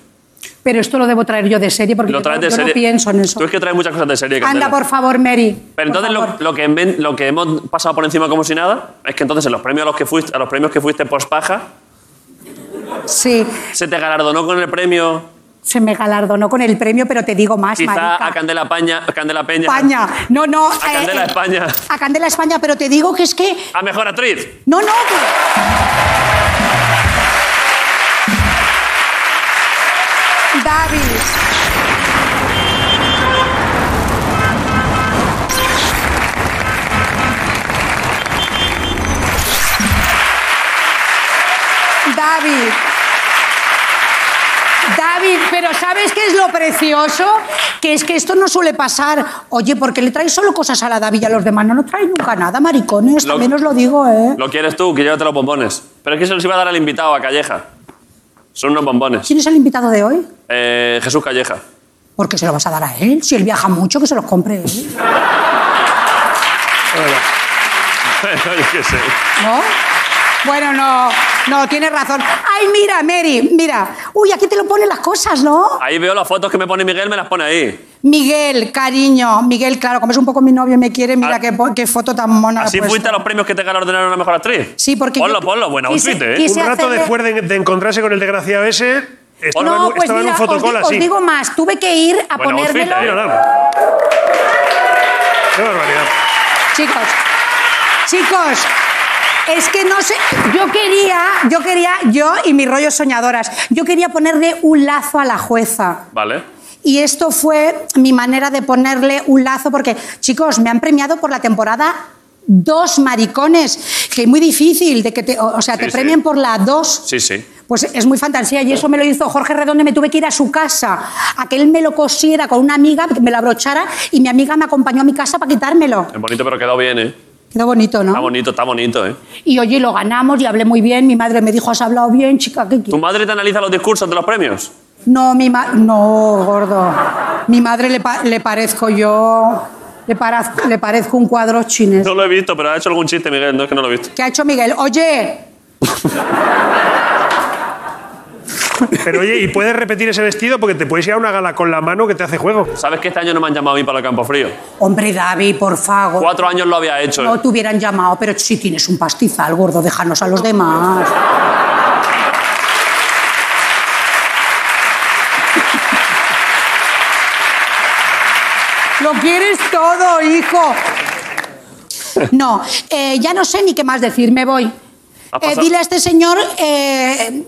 [SPEAKER 4] Pero esto lo debo traer yo de serie porque
[SPEAKER 1] Lo
[SPEAKER 4] yo,
[SPEAKER 1] traes
[SPEAKER 4] no-
[SPEAKER 1] de
[SPEAKER 4] yo
[SPEAKER 1] serie.
[SPEAKER 4] no pienso en eso.
[SPEAKER 1] Tú es que traes muchas cosas de serie.
[SPEAKER 4] Anda,
[SPEAKER 1] Candela.
[SPEAKER 4] por favor, Mary. por
[SPEAKER 1] Pero entonces lo,
[SPEAKER 4] favor.
[SPEAKER 1] lo que en- lo que hemos pasado por encima como si nada es que entonces en los premios a los que fuiste, a los premios que fuiste post paja,
[SPEAKER 4] Sí,
[SPEAKER 1] se te galardonó con el premio
[SPEAKER 4] se me galardonó con el premio, pero te digo más,
[SPEAKER 1] quizá
[SPEAKER 4] marica.
[SPEAKER 1] a Candela Paña, a Candela Peña,
[SPEAKER 4] España. No, no. eh,
[SPEAKER 1] a Candela España,
[SPEAKER 4] A Candela España, pero te digo que es que.
[SPEAKER 1] a mejor actriz.
[SPEAKER 4] No, no. que- Davis. David. David, pero ¿sabes qué es lo precioso? Que es que esto no suele pasar. Oye, porque le traes solo cosas a la David y a los demás. No, no traes nunca nada, maricones.
[SPEAKER 1] Lo-
[SPEAKER 4] También os lo digo, ¿eh?
[SPEAKER 1] Lo quieres tú, que llévate los bombones. Pero es que se los iba a dar al invitado, a Calleja. Son unos bombones.
[SPEAKER 4] ¿Quién es el invitado de hoy?
[SPEAKER 1] Eh, Jesús Calleja.
[SPEAKER 4] Porque se lo vas a dar a él. Si él viaja mucho, que se los compre él.
[SPEAKER 1] Yo qué sé.
[SPEAKER 4] ¿No? Bueno, no, no, tienes razón. Ay, mira, Mary, mira. Uy, aquí te lo ponen las cosas, ¿no?
[SPEAKER 1] Ahí veo las fotos que me pone Miguel, me las pone ahí.
[SPEAKER 4] Miguel, cariño. Miguel, claro, como es un poco mi novio y me quiere, mira
[SPEAKER 1] Ah.
[SPEAKER 4] qué, po- qué foto tan mona. ha
[SPEAKER 1] Así
[SPEAKER 4] puesto.
[SPEAKER 1] fuiste a los premios que te galardonaron a mejor actriz.
[SPEAKER 4] Sí, porque
[SPEAKER 1] Ponlo,
[SPEAKER 4] yo-
[SPEAKER 1] ponlo, buena
[SPEAKER 4] quise-
[SPEAKER 1] outfit, ¿eh?
[SPEAKER 4] quise-
[SPEAKER 3] Un rato
[SPEAKER 4] hacerle-
[SPEAKER 3] después de, de encontrarse con el desgraciado ese, estaba, en
[SPEAKER 4] No,
[SPEAKER 3] un-
[SPEAKER 4] pues
[SPEAKER 3] estaba
[SPEAKER 4] mira,
[SPEAKER 3] en un
[SPEAKER 4] os,
[SPEAKER 3] fotocall
[SPEAKER 4] di- os
[SPEAKER 3] así.
[SPEAKER 4] digo más. Tuve que ir a
[SPEAKER 1] Buen outfit,
[SPEAKER 4] ponérmelo.
[SPEAKER 1] eh.
[SPEAKER 3] Mira, nada. Qué barbaridad.
[SPEAKER 4] Chicos, chicos, es que no sé, yo quería, yo quería, yo y mis rollos soñadoras, yo quería ponerle un lazo a la jueza.
[SPEAKER 1] Vale.
[SPEAKER 4] Y esto fue mi manera de ponerle un lazo, porque chicos, me han premiado por la temporada dos maricones, que es muy difícil de que te, o o sea,
[SPEAKER 1] Sí,
[SPEAKER 4] te
[SPEAKER 1] sí.
[SPEAKER 4] premien por la dos.
[SPEAKER 1] Sí, sí.
[SPEAKER 4] Pues es muy fantasía y eso me lo hizo Jorge Redonde, me tuve que ir a su casa, a que él me lo cosiera con una amiga, que me lo abrochara y mi amiga me acompañó a mi casa para quitármelo.
[SPEAKER 1] Es bonito, pero quedó bien, ¿eh?
[SPEAKER 4] Quedó bonito, ¿no?
[SPEAKER 1] Está bonito, está bonito, ¿eh?
[SPEAKER 4] Y oye, lo ganamos y hablé muy bien. Mi madre me dijo, has hablado bien, chica, ¿qué
[SPEAKER 1] ¿Tu
[SPEAKER 4] quieres?
[SPEAKER 1] madre te analiza los discursos de los premios?
[SPEAKER 4] No, mi ma no, gordo. Mi madre le, pa- le parezco yo, le, para- le parezco un cuadro chines.
[SPEAKER 1] No lo he visto, pero ha hecho algún chiste, Miguel. No es que no lo he visto.
[SPEAKER 4] ¿Qué ha hecho Miguel? Oye,
[SPEAKER 3] Pero oye, ¿y puedes repetir ese vestido? Porque te puedes ir a una gala con la mano que te hace juego.
[SPEAKER 1] ¿Sabes que este año no me han llamado a mí para el Campo Frío?
[SPEAKER 4] hombre, David, por favor.
[SPEAKER 1] Cuatro años lo había hecho, ¿eh?
[SPEAKER 4] No te hubieran llamado, pero si tienes un pastizal, gordo, déjanos a los demás. Lo quieres todo, hijo. No, eh, ya no sé ni qué más decir, me voy.
[SPEAKER 1] Ha
[SPEAKER 4] Eh,
[SPEAKER 1] pasado.
[SPEAKER 4] dile a este señor, eh,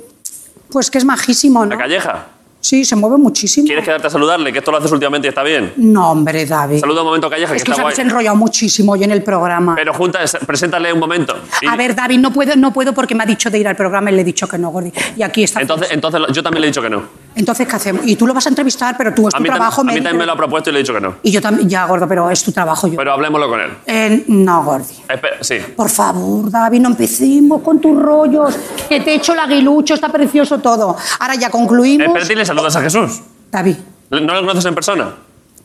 [SPEAKER 4] pues que es majísimo, ¿no?
[SPEAKER 1] La Calleja.
[SPEAKER 4] Sí, se mueve muchísimo.
[SPEAKER 1] ¿Quieres quedarte a saludarle? Que esto lo haces últimamente y está bien.
[SPEAKER 4] No, hombre, David.
[SPEAKER 1] Saluda un momento a Calleja, que
[SPEAKER 4] es que os
[SPEAKER 1] está guay.
[SPEAKER 4] habéis enrollado muchísimo hoy en el programa.
[SPEAKER 1] Pero junta, es- preséntale un momento. Y-
[SPEAKER 4] A ver, David, no puedo, no puedo porque me ha dicho de ir al programa y le he dicho que no, Gordi. Y aquí está.
[SPEAKER 1] Entonces, eh, entonces lo- yo también le he dicho que no.
[SPEAKER 4] Entonces, ¿qué hacemos? Y tú lo vas a entrevistar, pero tú es
[SPEAKER 1] A
[SPEAKER 4] tu
[SPEAKER 1] mí, tam-
[SPEAKER 4] trabajo,
[SPEAKER 1] a mí
[SPEAKER 4] Mary,
[SPEAKER 1] también me lo
[SPEAKER 4] pero-
[SPEAKER 1] ha propuesto y le he dicho que no.
[SPEAKER 4] Y yo también, ya, gordo, pero es tu trabajo yo.
[SPEAKER 1] Pero hablemoslo con él.
[SPEAKER 4] Eh, no, Gordi.
[SPEAKER 1] Espe- sí.
[SPEAKER 4] Por favor, David, no empecemos con tus rollos. Que te echo el aguilucho, está precioso todo. Ahora ya concluimos.
[SPEAKER 1] Espérate y le saludas a Jesús.
[SPEAKER 4] David,
[SPEAKER 1] ¿No lo conoces en persona?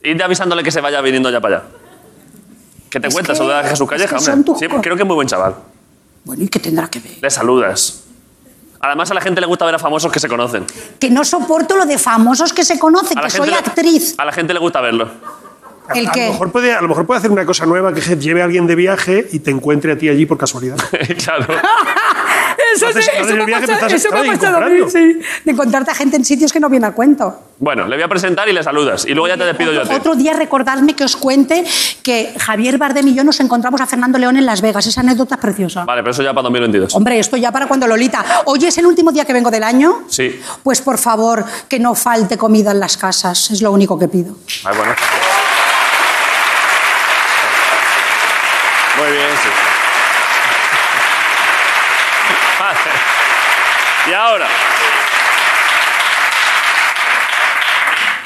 [SPEAKER 1] Id avisándole que se vaya viniendo ya para allá. ¿Qué te
[SPEAKER 4] Es
[SPEAKER 1] cuentas?
[SPEAKER 4] que-
[SPEAKER 1] Saluda a Jesús
[SPEAKER 4] es que
[SPEAKER 1] Calleja,
[SPEAKER 4] son
[SPEAKER 1] hombre.
[SPEAKER 4] tus
[SPEAKER 1] Sí,
[SPEAKER 4] co-
[SPEAKER 1] creo que es muy buen chaval.
[SPEAKER 4] Bueno, ¿y qué tendrá que ver?
[SPEAKER 1] Le saludas. Además, a la gente le gusta ver a famosos que se conocen.
[SPEAKER 4] Que no soporto lo de famosos que se conocen,
[SPEAKER 1] A la
[SPEAKER 4] que soy
[SPEAKER 1] gente le-
[SPEAKER 4] actriz.
[SPEAKER 1] A la gente le gusta verlo.
[SPEAKER 4] ¿El
[SPEAKER 3] a,
[SPEAKER 4] qué?
[SPEAKER 3] Lo mejor puede, a lo mejor puede hacer una cosa nueva que je- lleve a alguien de viaje y te encuentre a ti allí por casualidad.
[SPEAKER 1] claro.
[SPEAKER 4] Eso,
[SPEAKER 3] Entonces, entonces el viaje te estás- ay,
[SPEAKER 4] sí. De encontrarte a gente en sitios que no viene a cuento.
[SPEAKER 1] Bueno, le voy a presentar y le saludas. Y luego ya te despido yo a ti.
[SPEAKER 4] Otro día recordarme que os cuente que Javier Bardem y yo nos encontramos a Fernando León en Las Vegas. Esa anécdota es preciosa.
[SPEAKER 1] Vale, pero eso ya para 2022.
[SPEAKER 4] Hombre, esto ya para cuando Lolita. Hoy es el último día que vengo del año.
[SPEAKER 1] Sí.
[SPEAKER 4] Pues por favor, que no falte comida en las casas. Es lo único que pido.
[SPEAKER 1] Ah, bueno. Muy bien, sí. Vale. Y ahora.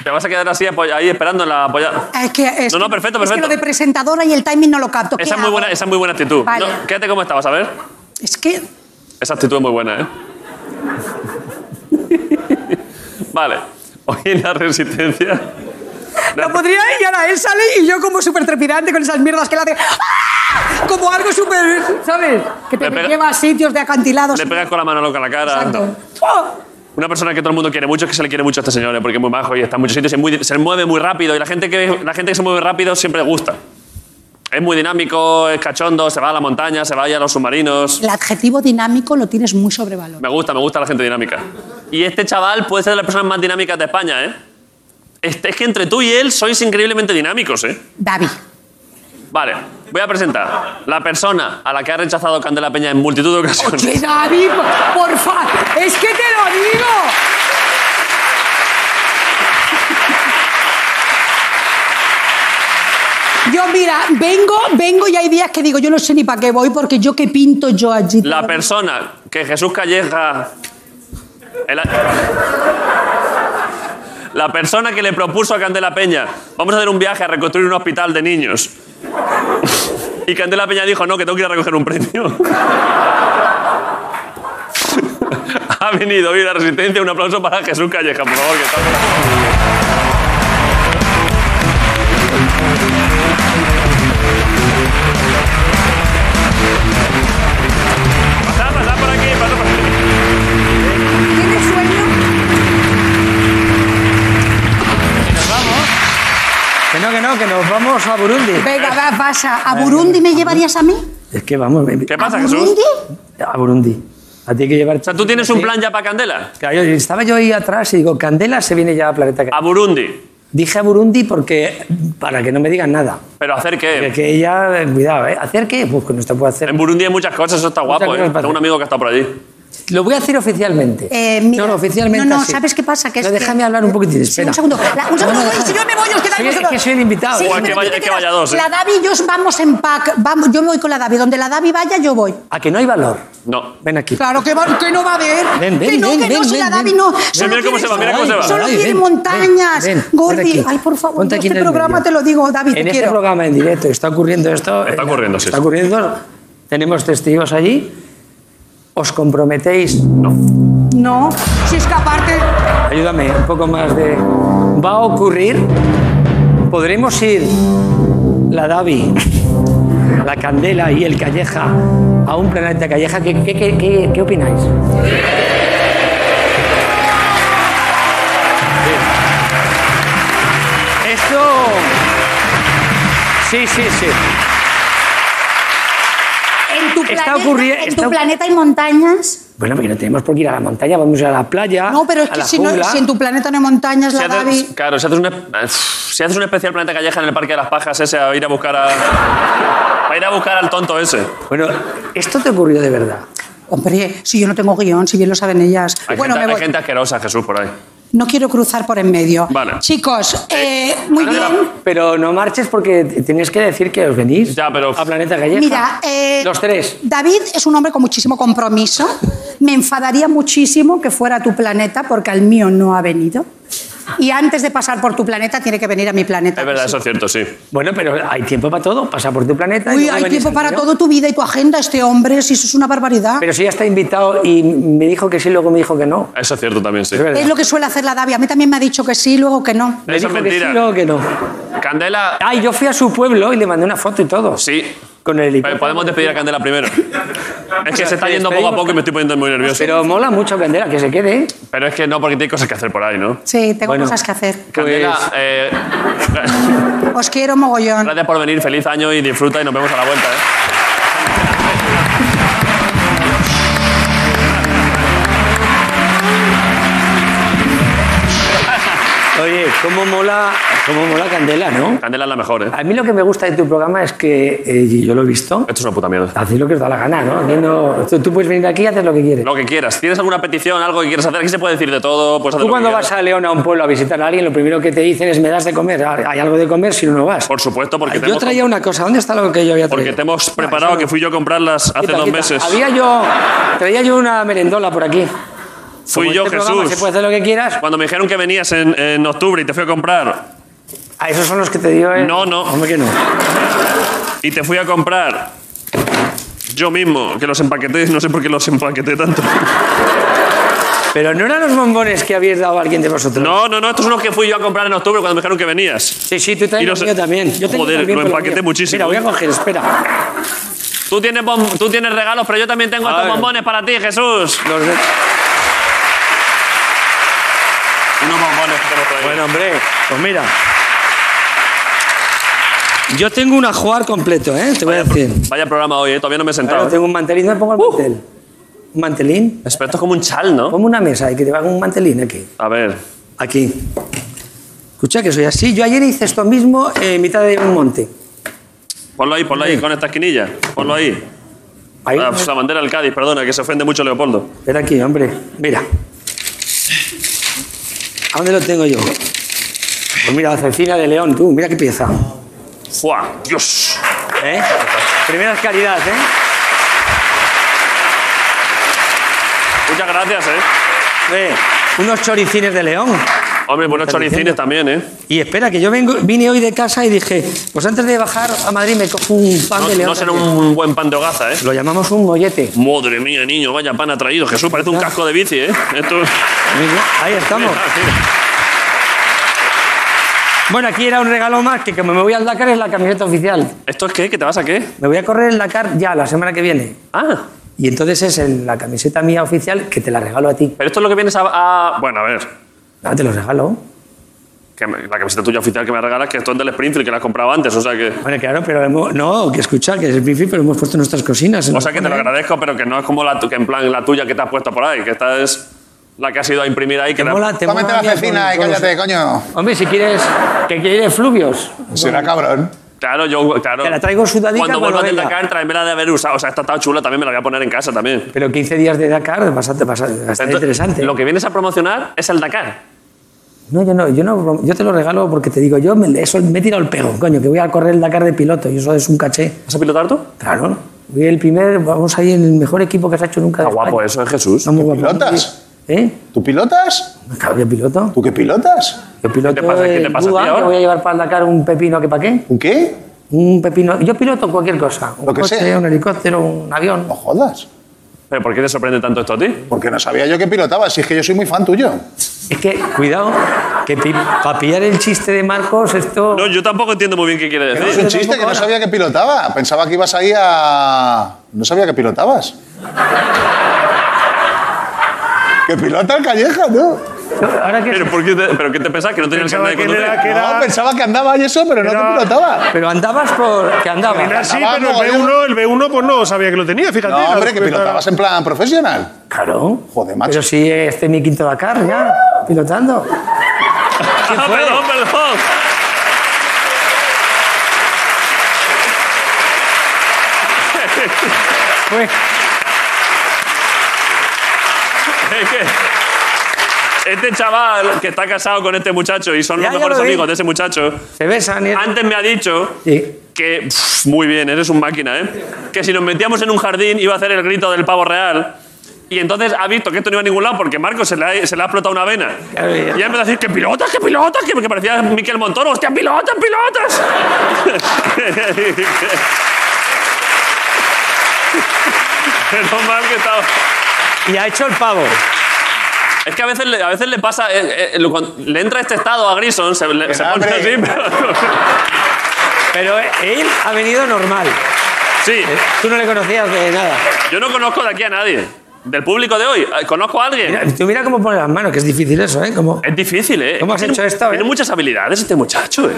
[SPEAKER 1] Te vas a quedar así apoy- ahí esperando en la apoyada.
[SPEAKER 4] Es que, es
[SPEAKER 1] No, no,
[SPEAKER 4] que-
[SPEAKER 1] perfecto,
[SPEAKER 4] Es que
[SPEAKER 1] perfecto.
[SPEAKER 4] lo de presentadora y el timing no lo capto. ¿Qué
[SPEAKER 1] Esa es, muy
[SPEAKER 4] hago?
[SPEAKER 1] buena, esa es muy buena actitud.
[SPEAKER 4] Vale.
[SPEAKER 1] No, quédate como estabas, a ver.
[SPEAKER 4] Es que
[SPEAKER 1] Esa actitud es muy buena, ¿eh? vale. Hoy en la resistencia.
[SPEAKER 4] lo podría y ahora él sale y yo como súper trepidante con esas mierdas que le hace. ¡Ah! Como algo súper, ¿sabes? Que te
[SPEAKER 1] Le pega-
[SPEAKER 4] lleva a sitios de acantilados.
[SPEAKER 1] Le pegas con la mano loca a la cara.
[SPEAKER 4] Exacto. ¡Oh!
[SPEAKER 1] Una persona que todo el mundo quiere mucho es que se le quiere mucho a este señor, ¿eh? porque es muy majo y está en muchos sitios y es muy- se mueve muy rápido. Y la gente, que, la gente que se mueve rápido siempre le gusta. Es muy dinámico, es cachondo, se va a la montaña, se va ahí a los submarinos.
[SPEAKER 4] El adjetivo dinámico lo tienes muy sobrevalorado.
[SPEAKER 1] Me gusta, me gusta la gente dinámica. Y este chaval puede ser de las personas más dinámicas de España, ¿eh? Este- es que entre tú y él sois increíblemente dinámicos, ¿eh?
[SPEAKER 4] David.
[SPEAKER 5] Ah,
[SPEAKER 1] Vale, voy a presentar la persona a la que ha rechazado Candela Peña en multitud de ocasiones.
[SPEAKER 4] Oye, David, por favor. Es que te lo digo. Yo, mira, vengo, vengo y hay días que digo, yo no sé ni para qué voy porque yo qué pinto yo allí.
[SPEAKER 1] La persona que Jesús Calleja. el- la persona que le propuso a Candela Peña, vamos a hacer un viaje a reconstruir un hospital de niños. Y Candela Peña dijo, no, que tengo que ir a recoger un premio. ha venido hoy la resistencia. Un aplauso para Jesús Calleja, por favor, que está por aquí. Pasad, pasad por aquí, pasad por aquí.
[SPEAKER 4] ¿Tienes sueño?
[SPEAKER 5] Que no, que no, que nos vamos a Burundi.
[SPEAKER 4] Venga, va, pasa. ¿A Burundi me llevarías a mí?
[SPEAKER 5] Es que vamos,
[SPEAKER 1] ¿Qué
[SPEAKER 4] ¿A
[SPEAKER 1] pasa, Jesús?
[SPEAKER 4] Burundi?
[SPEAKER 5] a Burundi. A ti hay que llevar.
[SPEAKER 1] O sea, tú tienes un plan ya para Candela.
[SPEAKER 5] estaba yo ahí atrás y digo, Candela se viene ya a Planeta Ca-".
[SPEAKER 1] A Burundi.
[SPEAKER 5] Dije a Burundi porque. para que no me digan nada.
[SPEAKER 1] Pero hacer
[SPEAKER 5] Que,
[SPEAKER 1] qué.
[SPEAKER 5] que ella, eh, cuidado, ¿eh? ¿Hacer qué? Pues que no te puedo hacer.
[SPEAKER 1] En Burundi hay muchas cosas, eso está guapo,
[SPEAKER 5] Muchas
[SPEAKER 1] ¿eh?
[SPEAKER 5] cosas para
[SPEAKER 1] Tengo un
[SPEAKER 5] hacer.
[SPEAKER 1] amigo que está por allí.
[SPEAKER 5] Lo voy a hacer oficialmente.
[SPEAKER 4] Eh, mira,
[SPEAKER 5] no, no, oficialmente.
[SPEAKER 4] no, no,
[SPEAKER 5] así.
[SPEAKER 4] ¿sabes qué pasa? Que es
[SPEAKER 5] no,
[SPEAKER 4] que-
[SPEAKER 5] déjame hablar un poquitín,
[SPEAKER 4] Sí,
[SPEAKER 5] espera.
[SPEAKER 4] un segundo. La- un segundo. Uy, si yo me voy, os quedáis
[SPEAKER 5] Soy-
[SPEAKER 4] vosotros.
[SPEAKER 5] es que soy el invitado.
[SPEAKER 4] Sí,
[SPEAKER 5] Juan,
[SPEAKER 4] pero
[SPEAKER 1] que
[SPEAKER 4] tú
[SPEAKER 1] vaya-
[SPEAKER 4] te
[SPEAKER 1] que
[SPEAKER 4] quedas.
[SPEAKER 1] vaya dos, eh.
[SPEAKER 4] La Davi y yo vamos en pack. Vamos, yo me voy con la Davi. Donde la Davi vaya, yo voy.
[SPEAKER 5] A que no hay valor.
[SPEAKER 1] No.
[SPEAKER 5] Ven aquí.
[SPEAKER 4] Claro que, va- que no va a haber.
[SPEAKER 5] Ven, ven,
[SPEAKER 4] que no,
[SPEAKER 5] ven,
[SPEAKER 4] que no,
[SPEAKER 5] ven,
[SPEAKER 4] si la
[SPEAKER 5] ven,
[SPEAKER 4] Davi
[SPEAKER 5] ven.
[SPEAKER 4] no.
[SPEAKER 1] Mira,
[SPEAKER 4] Solo
[SPEAKER 1] mira cómo
[SPEAKER 4] quiere-
[SPEAKER 1] se va, mira cómo se va.
[SPEAKER 4] Solo
[SPEAKER 5] Ay,
[SPEAKER 4] quiere
[SPEAKER 5] ven,
[SPEAKER 4] montañas.
[SPEAKER 5] ven, ven, ven
[SPEAKER 4] Gordi,
[SPEAKER 5] aquí.
[SPEAKER 4] ay, por favor.
[SPEAKER 5] Ponte
[SPEAKER 4] yo
[SPEAKER 5] aquí
[SPEAKER 4] este
[SPEAKER 5] en el
[SPEAKER 4] programa
[SPEAKER 5] medio.
[SPEAKER 4] te lo digo, David. te
[SPEAKER 5] En este
[SPEAKER 4] quiero.
[SPEAKER 5] programa en directo está ocurriendo esto.
[SPEAKER 1] Está
[SPEAKER 5] eh,
[SPEAKER 1] ocurriendo, sí,
[SPEAKER 5] Está
[SPEAKER 1] sí.
[SPEAKER 5] ocurriendo. Tenemos testigos allí. Os comprometéis.
[SPEAKER 4] No, si es que aparte.
[SPEAKER 5] Ayúdame, un poco más de. Va a ocurrir. Podremos ir la Davi, la Candela y el Calleja a un planeta Calleja. ¿Qué, qué, qué, qué- qué opináis? Esto. Sí, sí, sí.
[SPEAKER 4] En tu,
[SPEAKER 5] Está
[SPEAKER 4] planeta,
[SPEAKER 5] ocurri-
[SPEAKER 4] en
[SPEAKER 5] está
[SPEAKER 4] tu
[SPEAKER 5] oc-
[SPEAKER 4] planeta hay montañas.
[SPEAKER 5] Bueno, porque no tenemos por qué ir a la montaña, vamos a ir a la playa.
[SPEAKER 4] No, pero es
[SPEAKER 5] a
[SPEAKER 4] que
[SPEAKER 5] la
[SPEAKER 4] si, no,
[SPEAKER 5] jungla.
[SPEAKER 4] si en tu planeta no hay montañas,
[SPEAKER 1] Si
[SPEAKER 4] la Davi.
[SPEAKER 1] haces, claro, si haces, un, es- si haces un especial Planeta Calleja en el Parque de las Pajas ese, a ir a buscar a... a ir a buscar al tonto ese.
[SPEAKER 5] Bueno, esto te ocurrió de verdad.
[SPEAKER 4] Hombre, si yo no tengo guión, si bien lo saben ellas.
[SPEAKER 1] Hay,
[SPEAKER 4] bueno,
[SPEAKER 1] gente,
[SPEAKER 4] me
[SPEAKER 1] hay
[SPEAKER 4] voy.
[SPEAKER 1] gente asquerosa, Jesús, por ahí.
[SPEAKER 4] No quiero cruzar por en medio.
[SPEAKER 1] Vale.
[SPEAKER 4] Chicos, eh, muy
[SPEAKER 1] Ángela,
[SPEAKER 4] bien.
[SPEAKER 5] Pero no marches porque t- tenéis que decir que os venís
[SPEAKER 1] Ya, pero-
[SPEAKER 5] a Planeta Galleja.
[SPEAKER 4] Mira, eh,
[SPEAKER 5] Los tres.
[SPEAKER 4] David es un hombre con muchísimo compromiso. Me enfadaría muchísimo que fuera a tu planeta porque al mío no ha venido. Y antes de pasar por tu planeta tiene que venir a mi planeta.
[SPEAKER 1] Es verdad, eso es cierto, sí.
[SPEAKER 5] Bueno, pero hay tiempo para todo. Pasa por tu planeta. y
[SPEAKER 4] Uy,
[SPEAKER 5] luego
[SPEAKER 4] hay
[SPEAKER 5] venís
[SPEAKER 4] tiempo
[SPEAKER 5] al
[SPEAKER 4] para
[SPEAKER 5] mío.
[SPEAKER 4] todo tu vida y tu agenda, este hombre, si eso es una barbaridad.
[SPEAKER 5] Pero si ya está invitado y me dijo que sí, luego me dijo que no.
[SPEAKER 1] Eso es cierto también, sí.
[SPEAKER 5] Es verdad.
[SPEAKER 4] es lo que suele hacer la Davi. A mí también me ha dicho que sí, luego que no.
[SPEAKER 5] Me
[SPEAKER 1] Eso es
[SPEAKER 5] dijo que sí,
[SPEAKER 1] mentira.
[SPEAKER 5] luego que no.
[SPEAKER 1] Candela.
[SPEAKER 6] Ay, yo fui a su pueblo y le mandé una foto y todo.
[SPEAKER 1] Sí.
[SPEAKER 6] Con el
[SPEAKER 1] Vale,
[SPEAKER 6] helicóptero.
[SPEAKER 1] Podemos despedir a Candela primero. Es que se está yendo poco a poco y me estoy poniendo muy nervioso.
[SPEAKER 6] Pero mola mucho Candela, que se quede. ¿eh?
[SPEAKER 1] Pero es que no, porque tiene cosas que hacer por ahí, ¿no?
[SPEAKER 4] Sí, tengo
[SPEAKER 6] Bueno.
[SPEAKER 4] cosas que hacer.
[SPEAKER 1] Candela, eh,
[SPEAKER 4] Os quiero mogollón.
[SPEAKER 1] gracias por venir, feliz año y disfruta y nos vemos a la vuelta, ¿eh?
[SPEAKER 6] Oye, cómo mola, cómo mola Candela, ¿no?
[SPEAKER 1] Candela es la mejor, ¿eh?
[SPEAKER 6] A mí lo que me gusta de tu programa es que, eh, y yo lo he visto,
[SPEAKER 1] Esto es una puta mierda.
[SPEAKER 6] haces lo que os da la gana, ¿no? Aquí no- tú, tú puedes venir aquí y haces lo que quieres.
[SPEAKER 1] Lo que quieras. ¿Tienes alguna petición, algo que quieras hacer? Aquí se puede decir de todo. Pues
[SPEAKER 6] Tú cuando vas a León a un pueblo a visitar a alguien, lo primero que te dicen es me das de comer. ah, Hay algo de comer si no, no vas.
[SPEAKER 1] Por supuesto, porque
[SPEAKER 6] Ay,
[SPEAKER 1] te
[SPEAKER 6] Ah, yo
[SPEAKER 1] hemos,
[SPEAKER 6] traía una cosa. ¿Dónde está lo que yo había traído?
[SPEAKER 1] porque te hemos
[SPEAKER 6] No,
[SPEAKER 1] preparado,
[SPEAKER 6] eso no.
[SPEAKER 1] que fui yo a comprarlas hace
[SPEAKER 6] Quita,
[SPEAKER 1] dos
[SPEAKER 6] quita.
[SPEAKER 1] meses.
[SPEAKER 6] Había yo, traía yo una merendola por aquí.
[SPEAKER 1] Fui
[SPEAKER 6] Como
[SPEAKER 1] yo,
[SPEAKER 6] este programa
[SPEAKER 1] Jesús.
[SPEAKER 6] Se puede hacer lo que quieras.
[SPEAKER 1] Cuando me dijeron que venías en, en octubre y te fui a comprar,
[SPEAKER 6] A esos son los que te dio. ¿eh?
[SPEAKER 1] No, no.
[SPEAKER 6] Hombre, que no.
[SPEAKER 1] y te fui a comprar yo mismo, que los empaqueté, no sé por qué los empaqueté tanto.
[SPEAKER 6] Pero no eran los bombones que habíis dado a alguien de vosotros.
[SPEAKER 1] No, no, no, estos son los que fui yo a comprar en octubre cuando me dijeron que venías.
[SPEAKER 6] Sí, sí, tú
[SPEAKER 1] Y
[SPEAKER 6] traes
[SPEAKER 1] los-
[SPEAKER 6] los mío también. Yo tengo
[SPEAKER 1] Joder,
[SPEAKER 6] también,
[SPEAKER 1] lo
[SPEAKER 6] pero
[SPEAKER 1] empaqueté
[SPEAKER 6] mío.
[SPEAKER 1] muchísimo,
[SPEAKER 6] Mira, voy
[SPEAKER 1] ¿eh?
[SPEAKER 6] a coger, espera.
[SPEAKER 1] Tú tienes, bom- tú tienes regalos, pero yo también tengo estos
[SPEAKER 6] ver.
[SPEAKER 1] bombones para ti, Jesús.
[SPEAKER 6] Los de-
[SPEAKER 1] Unos bombones que te los traigo.
[SPEAKER 6] Bueno, hombre, pues mira. Yo tengo un ajuar completo, ¿eh? Te voy a decir.
[SPEAKER 1] Vaya programa hoy, ¿eh? todavía no me he sentado.
[SPEAKER 6] Claro,
[SPEAKER 1] ¿eh?
[SPEAKER 6] tengo un mantelín, ¿dónde pongo el mantel? ¿Un mantelín?
[SPEAKER 1] Pero esto es como un chal, ¿no?
[SPEAKER 6] Pongo una mesa y que te hago un mantelín aquí.
[SPEAKER 1] A ver.
[SPEAKER 6] Aquí. Escucha que soy así. Yo ayer hice esto mismo eh, en mitad de un monte.
[SPEAKER 1] Ponlo ahí, ponlo ahí, con esta esquinilla. Ponlo ahí.
[SPEAKER 6] Ahí.
[SPEAKER 1] Ah, pues la bandera del Cádiz, perdona, que se ofende mucho Leopoldo.
[SPEAKER 6] Espera aquí, hombre. Mira. ¿A dónde lo tengo yo? Pues mira, la Cecilia de León, tú. Mira qué pieza.
[SPEAKER 1] ¡Fua! ¡Dios!
[SPEAKER 6] ¿Eh? Primeras calidad, ¿eh?
[SPEAKER 1] Muchas gracias, ¿eh?
[SPEAKER 6] Eh, Unos choricines de León.
[SPEAKER 1] Hombre, buenos
[SPEAKER 6] están
[SPEAKER 1] choricines
[SPEAKER 6] diciendo?
[SPEAKER 1] también, ¿eh?
[SPEAKER 6] Y espera, que yo vengo, vine hoy de casa y dije, pues antes de bajar a Madrid me cojo un pan
[SPEAKER 1] No,
[SPEAKER 6] de León.
[SPEAKER 1] no será
[SPEAKER 6] también.
[SPEAKER 1] un buen pan de hogaza, ¿eh?
[SPEAKER 6] Lo llamamos un mollete.
[SPEAKER 1] Madre mía, niño, vaya pan ha traído. Jesús, parece un casco de bici, ¿eh? Esto...
[SPEAKER 6] Ahí estamos. Bueno, aquí era un regalo más que como me voy al Dakar es la camiseta oficial.
[SPEAKER 1] ¿Esto es qué? ¿Que te vas a qué?
[SPEAKER 6] Me voy a correr el Dakar ya la semana que viene.
[SPEAKER 1] Ah,
[SPEAKER 6] Y entonces es el- la camiseta mía oficial que te la regalo a ti.
[SPEAKER 1] pero esto es lo que vienes a... a- Bueno, a ver.
[SPEAKER 6] Ah, te lo regalo.
[SPEAKER 1] Que me- la camiseta tuya oficial que me regalas, que esto es del Springfield, que la has comprado antes, o sea que...
[SPEAKER 6] Bueno, claro, pero hemos- no, que escuchar, que es el pifi, pero hemos puesto nuestras cocinas.
[SPEAKER 1] O sea que te lo agradezco, pero que no es como la tu- que en plan la tuya que te has puesto por ahí, que esta es la que has ido a imprimir ahí. Que
[SPEAKER 6] Te
[SPEAKER 1] la-
[SPEAKER 6] mola, te
[SPEAKER 2] Cómete
[SPEAKER 6] mola
[SPEAKER 2] la
[SPEAKER 6] mía
[SPEAKER 2] cecina
[SPEAKER 6] con-
[SPEAKER 2] y
[SPEAKER 6] con los-
[SPEAKER 2] cállate, coño.
[SPEAKER 6] Hombre, si quieres, que quieres fluvios.
[SPEAKER 2] Será cabrón.
[SPEAKER 1] Claro, yo, claro.
[SPEAKER 6] Te la traigo sudadita
[SPEAKER 1] Cuando
[SPEAKER 6] cuando
[SPEAKER 1] vuelvas del
[SPEAKER 6] venga.
[SPEAKER 1] Dakar, tráemela de haber usado. O sea, esta está chula, también me la voy a poner en casa también.
[SPEAKER 6] Pero 15 días de Dakar, vas a, vas a- va a estar
[SPEAKER 1] Entonces,
[SPEAKER 6] interesante.
[SPEAKER 1] Lo que vienes a promocionar es el Dakar.
[SPEAKER 6] No, yo no, yo no, yo te lo regalo porque te digo, yo me, eso, me he tirado el pego, coño, que voy a correr el Dakar de piloto y eso es un caché.
[SPEAKER 1] ¿Vas a pilotar tú?
[SPEAKER 6] Claro, voy el primer, vamos ahí en el mejor equipo que has hecho nunca.
[SPEAKER 1] Está
[SPEAKER 6] de
[SPEAKER 1] guapo
[SPEAKER 6] España.
[SPEAKER 1] eso, es Jesús.
[SPEAKER 6] Está muy guapo.
[SPEAKER 2] ¿Pilotas?
[SPEAKER 6] ¿Eh?
[SPEAKER 2] ¿Tú pilotas?
[SPEAKER 6] Claro, yo piloto.
[SPEAKER 2] ¿Tú qué pilotas?
[SPEAKER 6] Yo piloto
[SPEAKER 1] ¿Qué te pasa? ¿Qué te
[SPEAKER 6] el
[SPEAKER 1] pasa a ti
[SPEAKER 6] Buda, que
[SPEAKER 1] ahora?
[SPEAKER 6] voy a llevar para el Dakar un pepino que para qué.
[SPEAKER 2] ¿Un qué?
[SPEAKER 6] Un pepino, yo piloto cualquier cosa. Un
[SPEAKER 2] Lo que
[SPEAKER 6] coche,
[SPEAKER 2] sea.
[SPEAKER 6] un helicóptero, un avión.
[SPEAKER 2] No jodas.
[SPEAKER 1] ¿Pero por qué te sorprende tanto esto a ti?
[SPEAKER 2] Porque no sabía yo que pilotabas. Si es que yo soy muy fan tuyo.
[SPEAKER 6] Es que, cuidado, que para pillar el chiste de Marcos, esto...
[SPEAKER 1] No, yo tampoco entiendo muy bien qué quiere
[SPEAKER 2] Es
[SPEAKER 1] decir.
[SPEAKER 2] un chiste que no sabía que pilotaba. Pensaba que ibas ahí a. No sabía que pilotabas. Que pilota el calleja, ¿no?
[SPEAKER 6] Ahora que...
[SPEAKER 1] ¿Pero, por qué te, pero qué te pensás? ¿Que no tenía el
[SPEAKER 3] Pensaba
[SPEAKER 1] carnet de
[SPEAKER 3] que
[SPEAKER 1] conducir?
[SPEAKER 3] era- que era-
[SPEAKER 2] No, pensaba que andaba y eso, pero no
[SPEAKER 3] Era-
[SPEAKER 2] que pilotaba.
[SPEAKER 6] Pero andabas por... que andabas.
[SPEAKER 3] Era así,
[SPEAKER 2] Andaba
[SPEAKER 3] pero el
[SPEAKER 2] mogollón.
[SPEAKER 3] B1, el B1, pues no sabía que lo tenía, fíjate.
[SPEAKER 2] No,
[SPEAKER 3] la-
[SPEAKER 2] hombre, que
[SPEAKER 3] la-
[SPEAKER 2] pilotabas en plan profesional.
[SPEAKER 6] Claro.
[SPEAKER 2] Joder, macho.
[SPEAKER 6] Pero si este es mi quinto Dakar ya, pilotando.
[SPEAKER 1] Ah,
[SPEAKER 6] fue?
[SPEAKER 1] perdón, perdón.
[SPEAKER 6] Fue-
[SPEAKER 1] Es que este chaval que está casado con este muchacho y son
[SPEAKER 6] Ya,
[SPEAKER 1] los
[SPEAKER 6] ya
[SPEAKER 1] mejores
[SPEAKER 6] lo vi.
[SPEAKER 1] amigos de ese muchacho,
[SPEAKER 6] se besan y...
[SPEAKER 1] antes me ha dicho
[SPEAKER 6] Sí.
[SPEAKER 1] que pf, muy bien, eres un máquina, ¿eh? Que si nos metíamos en un jardín iba a hacer el grito del pavo real. Y entonces ha visto que esto no iba a ningún lado porque Marco se le ha, se le ha explotado una vena.
[SPEAKER 6] Claro,
[SPEAKER 1] Y
[SPEAKER 6] ya.
[SPEAKER 1] ha empezado a decir que pilotas, que pilotas, que, que parecía Miquel Montoro, hostia, pilotas, pilotas. Menos mal que estaba.
[SPEAKER 6] Y ha hecho el pavo.
[SPEAKER 1] Es que a veces, le- a veces le pasa, eh, eh, lo- cuando le entra este estado a Grison, se, le- se pone
[SPEAKER 2] hambre.
[SPEAKER 1] así, pero-
[SPEAKER 6] Pero él ha venido normal. Eh,
[SPEAKER 1] Sí,
[SPEAKER 6] Tú no le conocías de nada.
[SPEAKER 1] yo no conozco de aquí a nadie. Del público de hoy, eh, conozco a alguien.
[SPEAKER 6] Mira, tú mira cómo pone las manos, que es difícil eso, ¿eh? Como...
[SPEAKER 1] Es difícil, ¿eh?
[SPEAKER 6] ¿Cómo has
[SPEAKER 1] Tiene-
[SPEAKER 6] hecho esto, eh?
[SPEAKER 1] Tiene muchas habilidades este muchacho, ¿eh?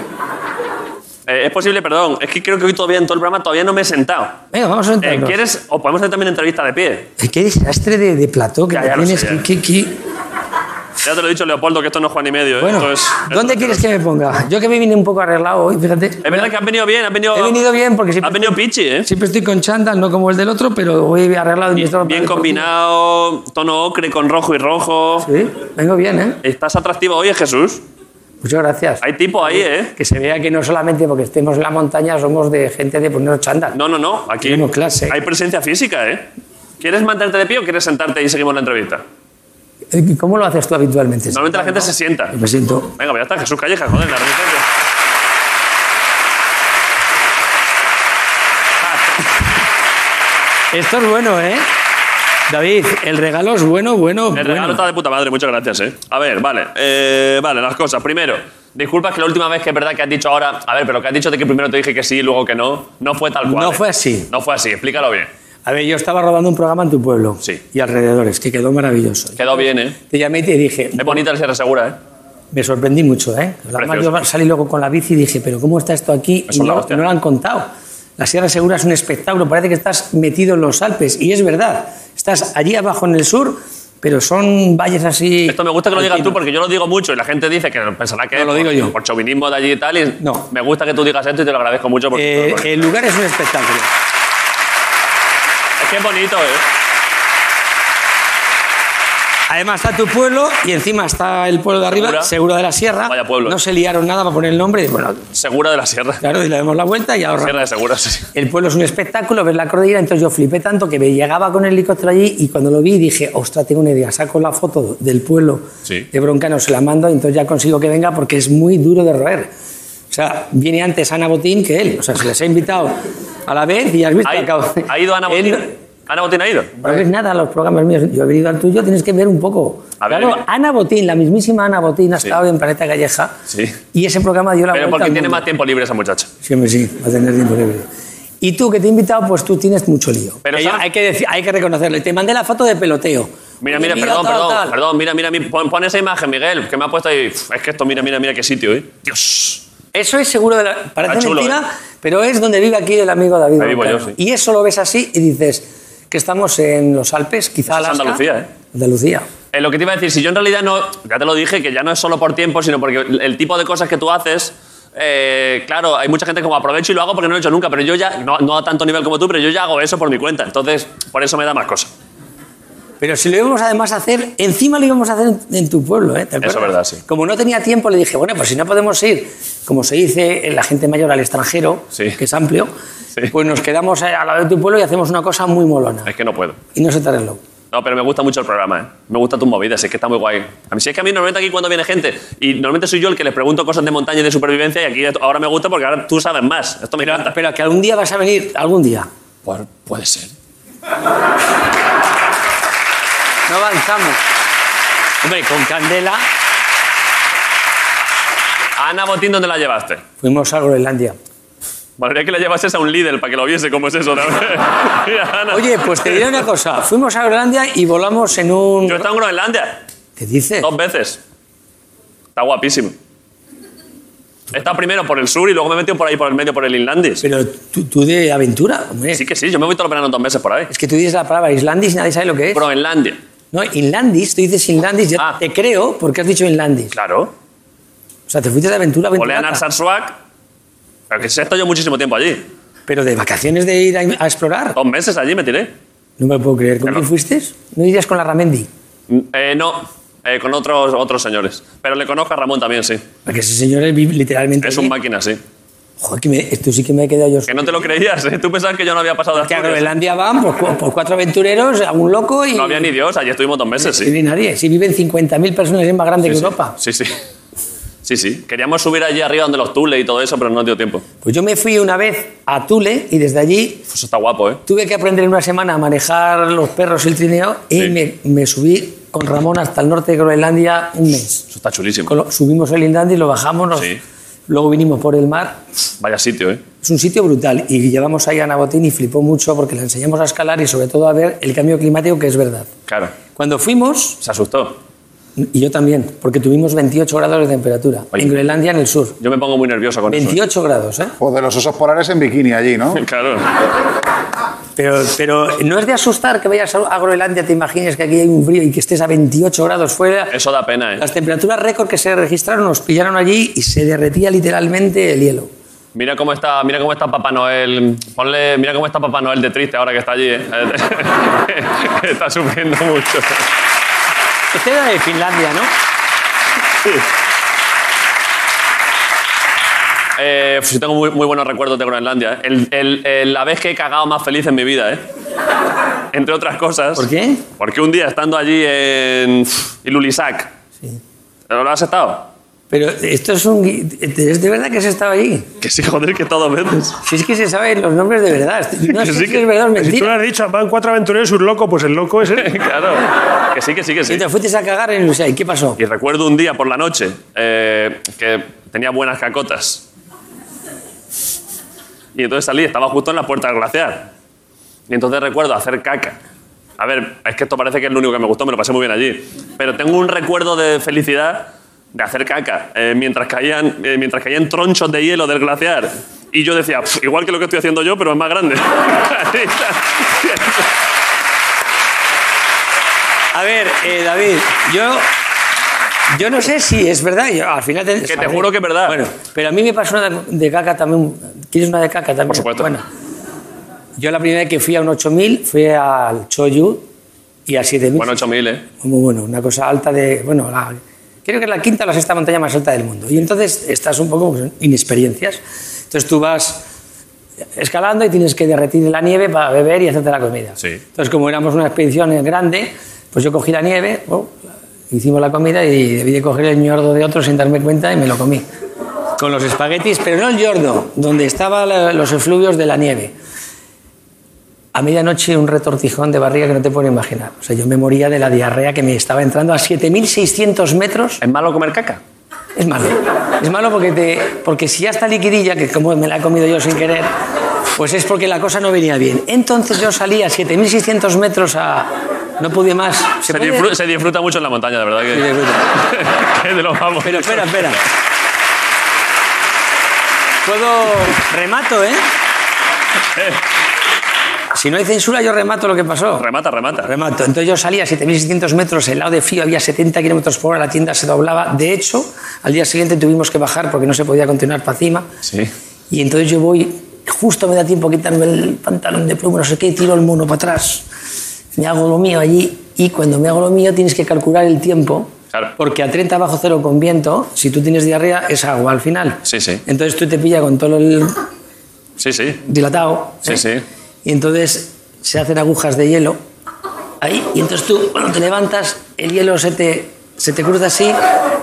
[SPEAKER 1] Eh, es posible, perdón, es que creo que hoy todavía en todo el programa todavía no me he sentado.
[SPEAKER 6] Venga, vamos
[SPEAKER 1] Eh,
[SPEAKER 6] a entrar. Eh,
[SPEAKER 1] ¿Quieres? O podemos hacer también entrevista de pie.
[SPEAKER 6] Qué desastre de, de plató que
[SPEAKER 1] Ya, ya lo
[SPEAKER 6] tienes.
[SPEAKER 1] sé, ya.
[SPEAKER 6] qué- qué- qué-
[SPEAKER 1] Ya te lo he dicho, Leopoldo, que esto no es Juan y medio. ¿eh?
[SPEAKER 6] Bueno,
[SPEAKER 1] Esto es- esto
[SPEAKER 6] ¿dónde
[SPEAKER 1] es-
[SPEAKER 6] quieres que me ponga? Yo que me vine un poco arreglado hoy, fíjate.
[SPEAKER 1] Es verdad que has venido bien, has venido.
[SPEAKER 6] He venido bien porque siempre,
[SPEAKER 1] Has venido pichi, ¿eh?
[SPEAKER 6] siempre estoy con chándal, no como el del otro, pero hoy he arreglado mi ropa
[SPEAKER 1] Bien
[SPEAKER 6] deportiva.
[SPEAKER 1] combinado, tono ocre con rojo y rojo.
[SPEAKER 6] Sí, vengo bien, ¿eh?
[SPEAKER 1] Estás atractivo hoy, eh, Jesús.
[SPEAKER 6] Muchas gracias.
[SPEAKER 1] Hay tipo ahí, ¿eh?
[SPEAKER 6] Que se vea que no solamente porque estemos en la montaña somos de gente de pues, poner chándal.
[SPEAKER 1] No, no, no. Aquí
[SPEAKER 6] Bueno, clase.
[SPEAKER 1] hay presencia física, ¿eh? ¿Quieres mantenerte de pie o quieres sentarte y seguimos la entrevista?
[SPEAKER 6] Eh, ¿Cómo lo haces tú habitualmente?
[SPEAKER 1] Normalmente la gente se sienta.
[SPEAKER 6] Me siento.
[SPEAKER 1] Venga, pues ya está, Jesús Calleja, joder, la resistencia.
[SPEAKER 6] Esto es bueno, ¿eh? David, el regalo es bueno, bueno,
[SPEAKER 1] El
[SPEAKER 6] bueno.
[SPEAKER 1] regalo está de puta madre, muchas gracias, ¿eh? A ver, vale. eh, vale, las cosas. Primero, disculpas que la última vez que es verdad que has dicho ahora. A ver, pero que has dicho de que primero te dije que sí y luego que no. No fue tal cual.
[SPEAKER 6] No
[SPEAKER 1] ¿eh?
[SPEAKER 6] fue así.
[SPEAKER 1] No fue así, explícalo bien.
[SPEAKER 6] A ver, yo estaba rodando un programa en tu pueblo
[SPEAKER 1] Sí.
[SPEAKER 6] y alrededores, que quedó maravilloso.
[SPEAKER 1] Quedó bien, ¿eh?
[SPEAKER 6] Te llamé y te dije,
[SPEAKER 1] Es bonita el Sierra Segura, ¿eh?
[SPEAKER 6] me sorprendí mucho, ¿eh? Además,
[SPEAKER 1] Precioso.
[SPEAKER 6] yo salí luego con la bici y dije, pero ¿cómo está esto aquí?
[SPEAKER 1] Eso
[SPEAKER 6] Y
[SPEAKER 1] es la
[SPEAKER 6] no,
[SPEAKER 1] hostia.
[SPEAKER 6] no lo han contado. La Sierra Segura es un espectáculo, parece que estás metido en los Alpes, y es verdad, estás allí abajo en el sur, pero son valles así...
[SPEAKER 1] Esto me gusta que lo digas tú
[SPEAKER 6] alpinos.
[SPEAKER 1] porque yo lo digo mucho y la gente dice que pensará que
[SPEAKER 6] No, lo
[SPEAKER 1] por-
[SPEAKER 6] digo yo.
[SPEAKER 1] por chauvinismo de allí y tal. Y
[SPEAKER 6] No.
[SPEAKER 1] Me gusta que tú digas esto y te lo agradezco mucho porque
[SPEAKER 6] Eh, el lugar es un espectáculo.
[SPEAKER 1] es que es bonito, ¿eh?
[SPEAKER 6] Además está tu pueblo y encima está el pueblo de arriba,
[SPEAKER 1] Segura.
[SPEAKER 6] Segura, de la Sierra.
[SPEAKER 1] Vaya pueblo.
[SPEAKER 6] No se liaron nada para poner el nombre. y, Bueno,
[SPEAKER 1] Segura de la Sierra.
[SPEAKER 6] claro, y le damos la vuelta y ahora
[SPEAKER 1] Sierra de Segura, sí.
[SPEAKER 6] El pueblo es un espectáculo, ves la cordillera, entonces yo flipé tanto que me llegaba con el helicóptero allí y cuando lo vi dije, ostras, tengo una idea, saco la foto del pueblo
[SPEAKER 1] Sí.
[SPEAKER 6] de Broncano, se la mando y entonces ya consigo que venga porque es muy duro de roer. O sea, viene antes Ana Botín que él, o sea, se les he invitado a la vez y has visto...
[SPEAKER 1] Ha,
[SPEAKER 6] acabo-
[SPEAKER 1] ha ido Ana Botín.
[SPEAKER 6] Él-
[SPEAKER 1] Ana Botín ha ido.
[SPEAKER 6] no ves nada a los programas míos. Yo he venido al tuyo, tienes que ver un poco.
[SPEAKER 1] A ver,
[SPEAKER 6] claro,
[SPEAKER 1] mira.
[SPEAKER 6] Ana Botín, la mismísima Ana Botín, ha
[SPEAKER 1] Sí.
[SPEAKER 6] estado en Planeta Calleja.
[SPEAKER 1] Sí.
[SPEAKER 6] Y ese programa dio la
[SPEAKER 1] Pero
[SPEAKER 6] vuelta
[SPEAKER 1] porque
[SPEAKER 6] al
[SPEAKER 1] tiene
[SPEAKER 6] mundo.
[SPEAKER 1] más tiempo libre esa muchacha.
[SPEAKER 6] Sí, hombre, sí, va a tener tiempo libre. Y tú, que te he invitado, pues tú tienes mucho lío.
[SPEAKER 1] Pero
[SPEAKER 6] Que yo-
[SPEAKER 1] ¿sabes?
[SPEAKER 6] hay, que decir- hay que reconocerlo. Y te mandé la foto de peloteo.
[SPEAKER 1] Mira,
[SPEAKER 6] Oye,
[SPEAKER 1] mira, perdón,
[SPEAKER 6] tal,
[SPEAKER 1] perdón,
[SPEAKER 6] tal.
[SPEAKER 1] perdón, mira, mira, mi- pon, pon esa imagen, Miguel, que me ha puesto ahí. Uf, Es que esto, mira, mira, mira qué sitio, ¿eh? Dios.
[SPEAKER 6] Eso es seguro de la... Parece
[SPEAKER 1] Ah, chulo, eh.
[SPEAKER 6] mentira, pero es donde vive aquí el amigo David.
[SPEAKER 1] Ahí vivo
[SPEAKER 6] Broncano.
[SPEAKER 1] yo, sí.
[SPEAKER 6] Y eso lo ves así y dices que estamos en los Alpes, quizá
[SPEAKER 1] Eso es
[SPEAKER 6] Alaska.
[SPEAKER 1] Andalucía, ¿eh?
[SPEAKER 6] Andalucía.
[SPEAKER 1] Eh, lo que te iba a decir, si yo en realidad no, ya te lo dije, que ya no es solo por tiempo, sino porque el tipo de cosas que tú haces, eh, claro, hay mucha gente como aprovecho y lo hago porque no lo he hecho nunca, pero yo ya, no, no a tanto nivel como tú, pero yo ya hago eso por mi cuenta, entonces por eso me da más cosas.
[SPEAKER 6] Pero si lo íbamos además a hacer, encima lo íbamos a hacer en, en tu pueblo, ¿eh? ¿Te acuerdas?
[SPEAKER 1] es verdad, sí.
[SPEAKER 6] Como no tenía tiempo, le dije, bueno, pues si no podemos ir, como se dice en la gente mayor al extranjero,
[SPEAKER 1] Sí.
[SPEAKER 6] que es amplio,
[SPEAKER 1] Sí.
[SPEAKER 6] pues nos quedamos a la vez de tu pueblo y hacemos una cosa muy molona.
[SPEAKER 1] Es que no puedo.
[SPEAKER 6] Y no se te arregló.
[SPEAKER 1] No, pero me gusta mucho el programa, ¿eh? Me gustan tus movidas, es que está muy guay. A mí sí es que a mí normalmente aquí cuando viene gente, y normalmente soy yo el que les pregunto cosas de montaña y de supervivencia, y aquí ahora me gusta porque ahora tú sabes más. Esto me encanta.
[SPEAKER 6] Pero que algún día vas a venir, algún día.
[SPEAKER 1] Pues, puede ser.
[SPEAKER 6] No avanzamos. Hombre, con Candela
[SPEAKER 1] Ana Botín, ¿dónde la llevaste?
[SPEAKER 6] fuimos a Groenlandia.
[SPEAKER 1] Valería que la llevases a un líder para que lo viese cómo es eso. ¿no? Mira, Ana.
[SPEAKER 6] Oye, pues te diré una cosa. Fuimos a Groenlandia y volamos en un...
[SPEAKER 1] Yo he estado en Groenlandia
[SPEAKER 6] ¿Qué dices?
[SPEAKER 1] dos veces. Está guapísimo. He estado primero por el sur y luego me he metido por ahí por el medio, por el Inlandis.
[SPEAKER 6] Pero tú, tú de aventura, hombre.
[SPEAKER 1] Sí que sí, yo me he visto los veranos dos meses por ahí.
[SPEAKER 6] Es que tú dices la palabra Islandis y nadie sabe lo que es.
[SPEAKER 1] Groenlandia.
[SPEAKER 6] No, Inlandis, tú dices Inlandis, yo
[SPEAKER 1] Ah.
[SPEAKER 6] te creo porque has dicho Inlandis.
[SPEAKER 1] Claro.
[SPEAKER 6] O sea, te fuiste de aventura, aventura.
[SPEAKER 1] Olean Arsarswak. Pero que sí he estado yo muchísimo tiempo allí.
[SPEAKER 6] Pero de vacaciones de ir a, a explorar.
[SPEAKER 1] Dos meses allí me tiré.
[SPEAKER 6] No me lo puedo creer. ¿Con
[SPEAKER 1] Claro.
[SPEAKER 6] quién fuiste? ¿No irías con la Ramendi?
[SPEAKER 1] Eh, no, eh, con otros, otros señores. Pero le conozco a Ramón también, sí.
[SPEAKER 6] Porque ese señor es vi- literalmente.
[SPEAKER 1] Es
[SPEAKER 6] allí.
[SPEAKER 1] un máquina, sí.
[SPEAKER 6] Joder, que me- esto sí que me he quedado yo.
[SPEAKER 1] Que no te lo creías, ¿eh? Tú pensabas que yo no había pasado de
[SPEAKER 6] Que a
[SPEAKER 1] Asturias.
[SPEAKER 6] Groenlandia van por, cu- por cuatro aventureros, a un loco y.
[SPEAKER 1] No había ni Dios, allí estuvimos dos meses, sí.
[SPEAKER 6] y ni nadie. Si viven 50.000 personas, es más grande que
[SPEAKER 1] Sí, sí.
[SPEAKER 6] Europa.
[SPEAKER 1] Sí, sí. Sí, sí. Queríamos subir allí arriba donde los tules y todo eso, pero no dio tiempo.
[SPEAKER 6] Pues yo me fui una vez a Tule y desde allí
[SPEAKER 1] Pues eso está guapo, ¿eh?
[SPEAKER 6] Tuve que aprender en una semana a manejar los perros y el trineo y
[SPEAKER 1] Sí.
[SPEAKER 6] me, me subí con Ramón hasta el norte de Groenlandia un mes.
[SPEAKER 1] Eso está chulísimo.
[SPEAKER 6] Con lo- Subimos el Inlandy, lo bajamos, nos-
[SPEAKER 1] Sí.
[SPEAKER 6] luego vinimos por el mar.
[SPEAKER 1] Vaya sitio, ¿eh?
[SPEAKER 6] Es un sitio brutal y llevamos ahí a Ana Botín y flipó mucho porque le enseñamos a escalar y sobre todo a ver el cambio climático que es verdad.
[SPEAKER 1] Claro.
[SPEAKER 6] Cuando fuimos,
[SPEAKER 1] Se asustó.
[SPEAKER 6] y yo también, porque tuvimos 28 grados de temperatura
[SPEAKER 1] Oye.
[SPEAKER 6] en Groenlandia en el sur.
[SPEAKER 1] Yo me pongo muy nervioso con eso. ¿eh?
[SPEAKER 6] 28 grados, ¿eh?
[SPEAKER 2] O de los osos polares en bikini allí, ¿no?
[SPEAKER 1] Claro.
[SPEAKER 6] Pero, pero no es de asustar que vayas a a Groenlandia, te imagines que aquí hay un frío y que estés a 28 grados fuera.
[SPEAKER 1] Eso da pena, ¿eh?
[SPEAKER 6] Las temperaturas récord que se registraron nos pillaron allí y se derretía literalmente el hielo.
[SPEAKER 1] Mira cómo está, mira cómo está Papá Noel. Ponle, mira cómo está Papá Noel de triste ahora que está allí. ¿eh? está sufriendo mucho.
[SPEAKER 6] Este era de Finlandia, ¿no?
[SPEAKER 1] Eh, yo tengo muy, muy buenos recuerdos de Groenlandia. ¿eh? El- el- el- la vez que he cagado más feliz en mi vida, ¿eh? Entre otras cosas.
[SPEAKER 6] ¿Por qué?
[SPEAKER 1] Porque un día estando allí en Ilulisac. ¿No lo has estado?
[SPEAKER 6] Pero esto es un... gui- ¿Es de verdad que has estado allí?
[SPEAKER 1] Que sí, joder, que todo veces.
[SPEAKER 6] Si es que se saben los nombres de verdad. No sé
[SPEAKER 1] sí
[SPEAKER 6] si
[SPEAKER 1] que-
[SPEAKER 6] es verdad o es
[SPEAKER 3] Si tú le
[SPEAKER 6] mentira.
[SPEAKER 3] has dicho, van cuatro aventureros y un loco, pues el loco es él.
[SPEAKER 1] claro. Que sí, que sí, que sí.
[SPEAKER 6] Y te fuiste a cagar en Lusay. ¿Qué pasó?
[SPEAKER 1] Y recuerdo un día por la noche eh, que tenía buenas cacotas. Y entonces salí, estaba justo en la puerta del glaciar. Y entonces recuerdo hacer caca. A ver, es que esto parece que es lo único que me gustó, me lo pasé muy bien allí. Pero tengo un recuerdo de felicidad de hacer caca. eh, mientras, caían, eh, mientras caían tronchos de hielo del glaciar. Y yo decía, "Pf, igual que lo que estoy haciendo yo, pero es más grande.
[SPEAKER 6] A ver, eh, David, yo, yo no sé si es verdad. Yo, al final te,
[SPEAKER 1] Que te juro que es verdad.
[SPEAKER 6] Bueno, pero a mí me pasó una de- de caca también. ¿Quieres una de caca también? Por
[SPEAKER 1] supuesto.
[SPEAKER 6] Bueno, yo la primera vez que fui a un 8000 fui al Choyu y a 7000.
[SPEAKER 1] bueno, 8.000, ¿eh?
[SPEAKER 6] Muy bueno, una cosa alta de. Bueno, la- creo que es la quinta o la sexta montaña más alta del mundo. Y entonces estás un poco pues, en experiencias. Entonces tú vas escalando y tienes que derretir la nieve para beber y hacerte la comida.
[SPEAKER 1] Sí.
[SPEAKER 6] Entonces, como éramos una expedición grande, pues yo cogí la nieve, oh, hicimos la comida y debí de coger el ñordo de otro sin darme cuenta y me lo comí. Con los espaguetis, pero no el ñordo, donde estaban los efluvios de la nieve. A medianoche un retortijón de barriga que no te puedo imaginar. O sea, yo me moría de la diarrea que me estaba entrando a 7.600 metros.
[SPEAKER 1] ¿Es malo comer caca?
[SPEAKER 6] Es malo. Es malo porque, te, porque si ya está liquidilla, que como me la he comido yo sin querer, pues es porque la cosa no venía bien. Entonces yo salí a 7.600 metros a... No pude más.
[SPEAKER 1] Se,
[SPEAKER 6] puede?
[SPEAKER 1] disfru- se disfruta mucho en la montaña, de verdad que.
[SPEAKER 6] Sí, disfruta.
[SPEAKER 1] que es de los más
[SPEAKER 6] Pero
[SPEAKER 1] bonitos.
[SPEAKER 6] espera, espera. Puedo... Remato, ¿eh? Si no hay censura, yo remato lo que pasó.
[SPEAKER 1] Remata, remata.
[SPEAKER 6] Remato. Entonces yo salía a 7.600 metros, el lado de frío había 70 kilómetros por hora, la tienda se doblaba. De hecho, al día siguiente tuvimos que bajar porque no se podía continuar para cima.
[SPEAKER 1] Sí.
[SPEAKER 6] Y entonces yo voy, justo me da tiempo a quitarme el pantalón de plomo, no sé qué, tiro el mono para atrás, me hago lo mío allí. Y cuando me hago lo mío tienes que calcular el tiempo.
[SPEAKER 1] Claro.
[SPEAKER 6] Porque a 30 bajo cero con viento, si tú tienes diarrea, es agua al final.
[SPEAKER 1] Sí, sí.
[SPEAKER 6] Entonces tú te pilla con todo el
[SPEAKER 1] Sí, sí.
[SPEAKER 6] dilatado. ¿eh?
[SPEAKER 1] Sí, sí.
[SPEAKER 6] Y entonces se hacen agujas de hielo ahí. Y entonces tú, cuando te levantas, el hielo se te, se te cruza así,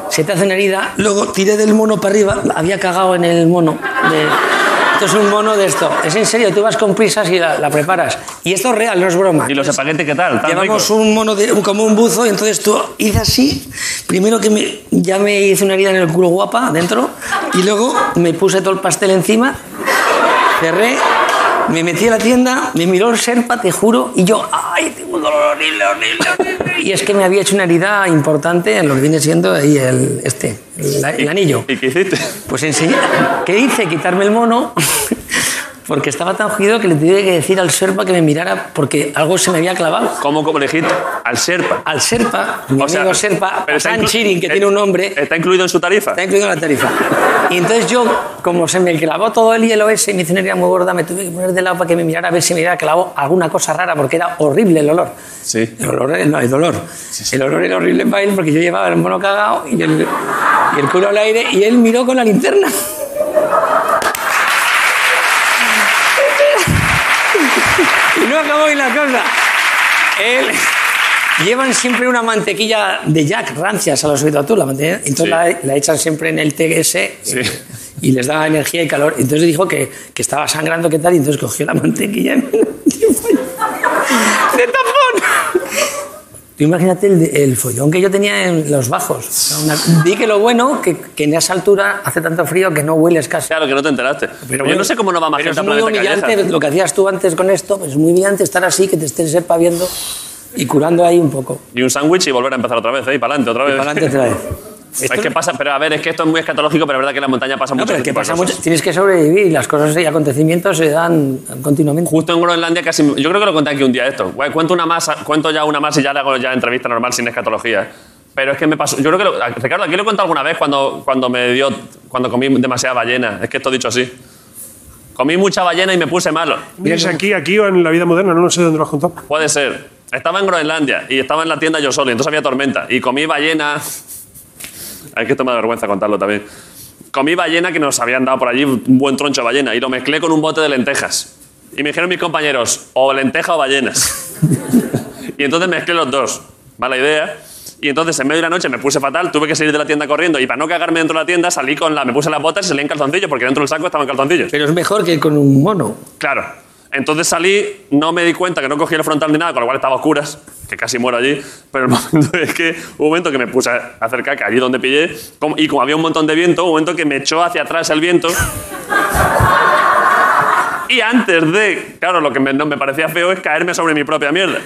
[SPEAKER 6] se te hace una herida. Luego tiré del mono para arriba, había cagado en el mono. de- esto es un mono de esto. Es en serio, tú vas con prisas y la, la preparas. Y esto es real, no es broma.
[SPEAKER 1] ¿Y los espaguetes qué tal? ¿Tan
[SPEAKER 6] Pues Llevamos
[SPEAKER 1] ricos?
[SPEAKER 6] un mono de, como un buzo y entonces tú hice así. Primero que me, ya me hice una herida en el culo guapa dentro y luego me puse todo el pastel encima, cerré, me metí a la tienda, me miró el serpa, te juro, y yo, ¡ay, tengo un dolor horrible, horrible, horrible! Y es que me había hecho una herida importante en lo que viene siendo ahí el, este, el, el anillo.
[SPEAKER 1] ¿Y qué hiciste?
[SPEAKER 6] Pues enseguida, ¿qué hice? Quitarme el mono, porque estaba tan jodido que le tuve que decir al serpa que me mirara porque algo se me había clavado
[SPEAKER 1] ¿Cómo, cómo le dijiste? Al Sherpa.
[SPEAKER 6] al Serpa, mi
[SPEAKER 1] O sea,
[SPEAKER 6] amigo Serpa,
[SPEAKER 1] pero
[SPEAKER 6] a
[SPEAKER 1] está
[SPEAKER 6] San
[SPEAKER 1] inclu-
[SPEAKER 6] Chirin, que
[SPEAKER 1] eh,
[SPEAKER 6] tiene un nombre,
[SPEAKER 1] ¿Está incluido en su tarifa?
[SPEAKER 6] está incluido en la tarifa. Y entonces yo, como se me clavó todo el hielo ese y me hizo una herida muy gorda, me tuve que poner de lado para que me mirara a ver si me había clavado alguna cosa rara, porque era horrible el olor.
[SPEAKER 1] Sí.
[SPEAKER 6] El olor, era- no, el dolor. El olor era horrible para él porque yo llevaba el mono cagado y el, y el culo al aire y él miró con la linterna. Y no acabó ahí la cosa. Él... Llevan siempre una mantequilla de Jack rancia, se lo has oído tú, la mantequilla. Entonces
[SPEAKER 1] Sí.
[SPEAKER 6] la, la echan siempre en el TS
[SPEAKER 1] Sí.
[SPEAKER 6] eh, y les da energía y calor. Entonces dijo que, que estaba sangrando, que tal, y entonces cogió la mantequilla y me la dio de tapón. Tú imagínate el, el follón que yo tenía en los bajos. Era una- Di que lo bueno, que, que en esa altura hace tanto frío que no hueles casi.
[SPEAKER 1] Claro, que no te enteraste. yo no sé cómo no va más
[SPEAKER 6] pero
[SPEAKER 1] gente a
[SPEAKER 6] es muy
[SPEAKER 1] Planeta
[SPEAKER 6] humillante
[SPEAKER 1] Calleja.
[SPEAKER 6] lo que hacías tú antes con esto, pero es muy humillante estar así, que te estés viendo y curando ahí un poco.
[SPEAKER 1] Y un sándwich y volver a empezar otra vez, ¿eh? Y para adelante, otra vez.
[SPEAKER 6] Para adelante otra vez.
[SPEAKER 1] Es que pasa, pero a ver, es que esto es muy escatológico, pero es verdad que en la montaña pasa
[SPEAKER 6] No,
[SPEAKER 1] mucho.
[SPEAKER 6] pero es que
[SPEAKER 1] tipo de
[SPEAKER 6] pasa
[SPEAKER 1] cosas.
[SPEAKER 6] mucho. Tienes que sobrevivir y las cosas y acontecimientos se dan continuamente.
[SPEAKER 1] Justo en Groenlandia casi... Yo creo que lo conté aquí un día esto. Guay, cuento una más, cuento ya una más y ya le hago ya entrevista normal sin escatología. Pero es que me pasó... Yo creo que... lo- Ricardo, aquí lo he contado alguna vez cuando, cuando me dio... Cuando comí demasiada ballena. Es que esto he dicho así. Comí mucha ballena y me puse malo.
[SPEAKER 3] ¿Vienes aquí, aquí o en la vida moderna? No, no sé dónde lo has contado.
[SPEAKER 1] Puede ser. Estaba en Groenlandia y estaba en la tienda yo solo y entonces había tormenta. Y comí ballena... Hay que tomar vergüenza contarlo también. Comí ballena que nos habían dado por allí, un buen troncho de ballena, y lo mezclé con un bote de lentejas. Y me dijeron mis compañeros, o lenteja o ballenas. y entonces mezclé los dos. Mala idea. Y entonces en medio de la noche me puse fatal, tuve que salir de la tienda corriendo y para no cagarme dentro de la tienda salí con la, me puse las botas y salí en calzoncillos porque dentro del saco estaban calzoncillos.
[SPEAKER 6] Pero es mejor que con un mono.
[SPEAKER 1] Claro. Entonces salí, no me di cuenta que no cogí el frontal ni nada, con lo cual estaba a oscuras, que casi muero allí. Pero el momento es que hubo un momento que me puse a hacer caca allí donde pillé, como- y como había un montón de viento, hubo un momento que me echó hacia atrás el viento. Y antes de, claro, lo que me, no, me parecía feo es caerme sobre mi propia mierda.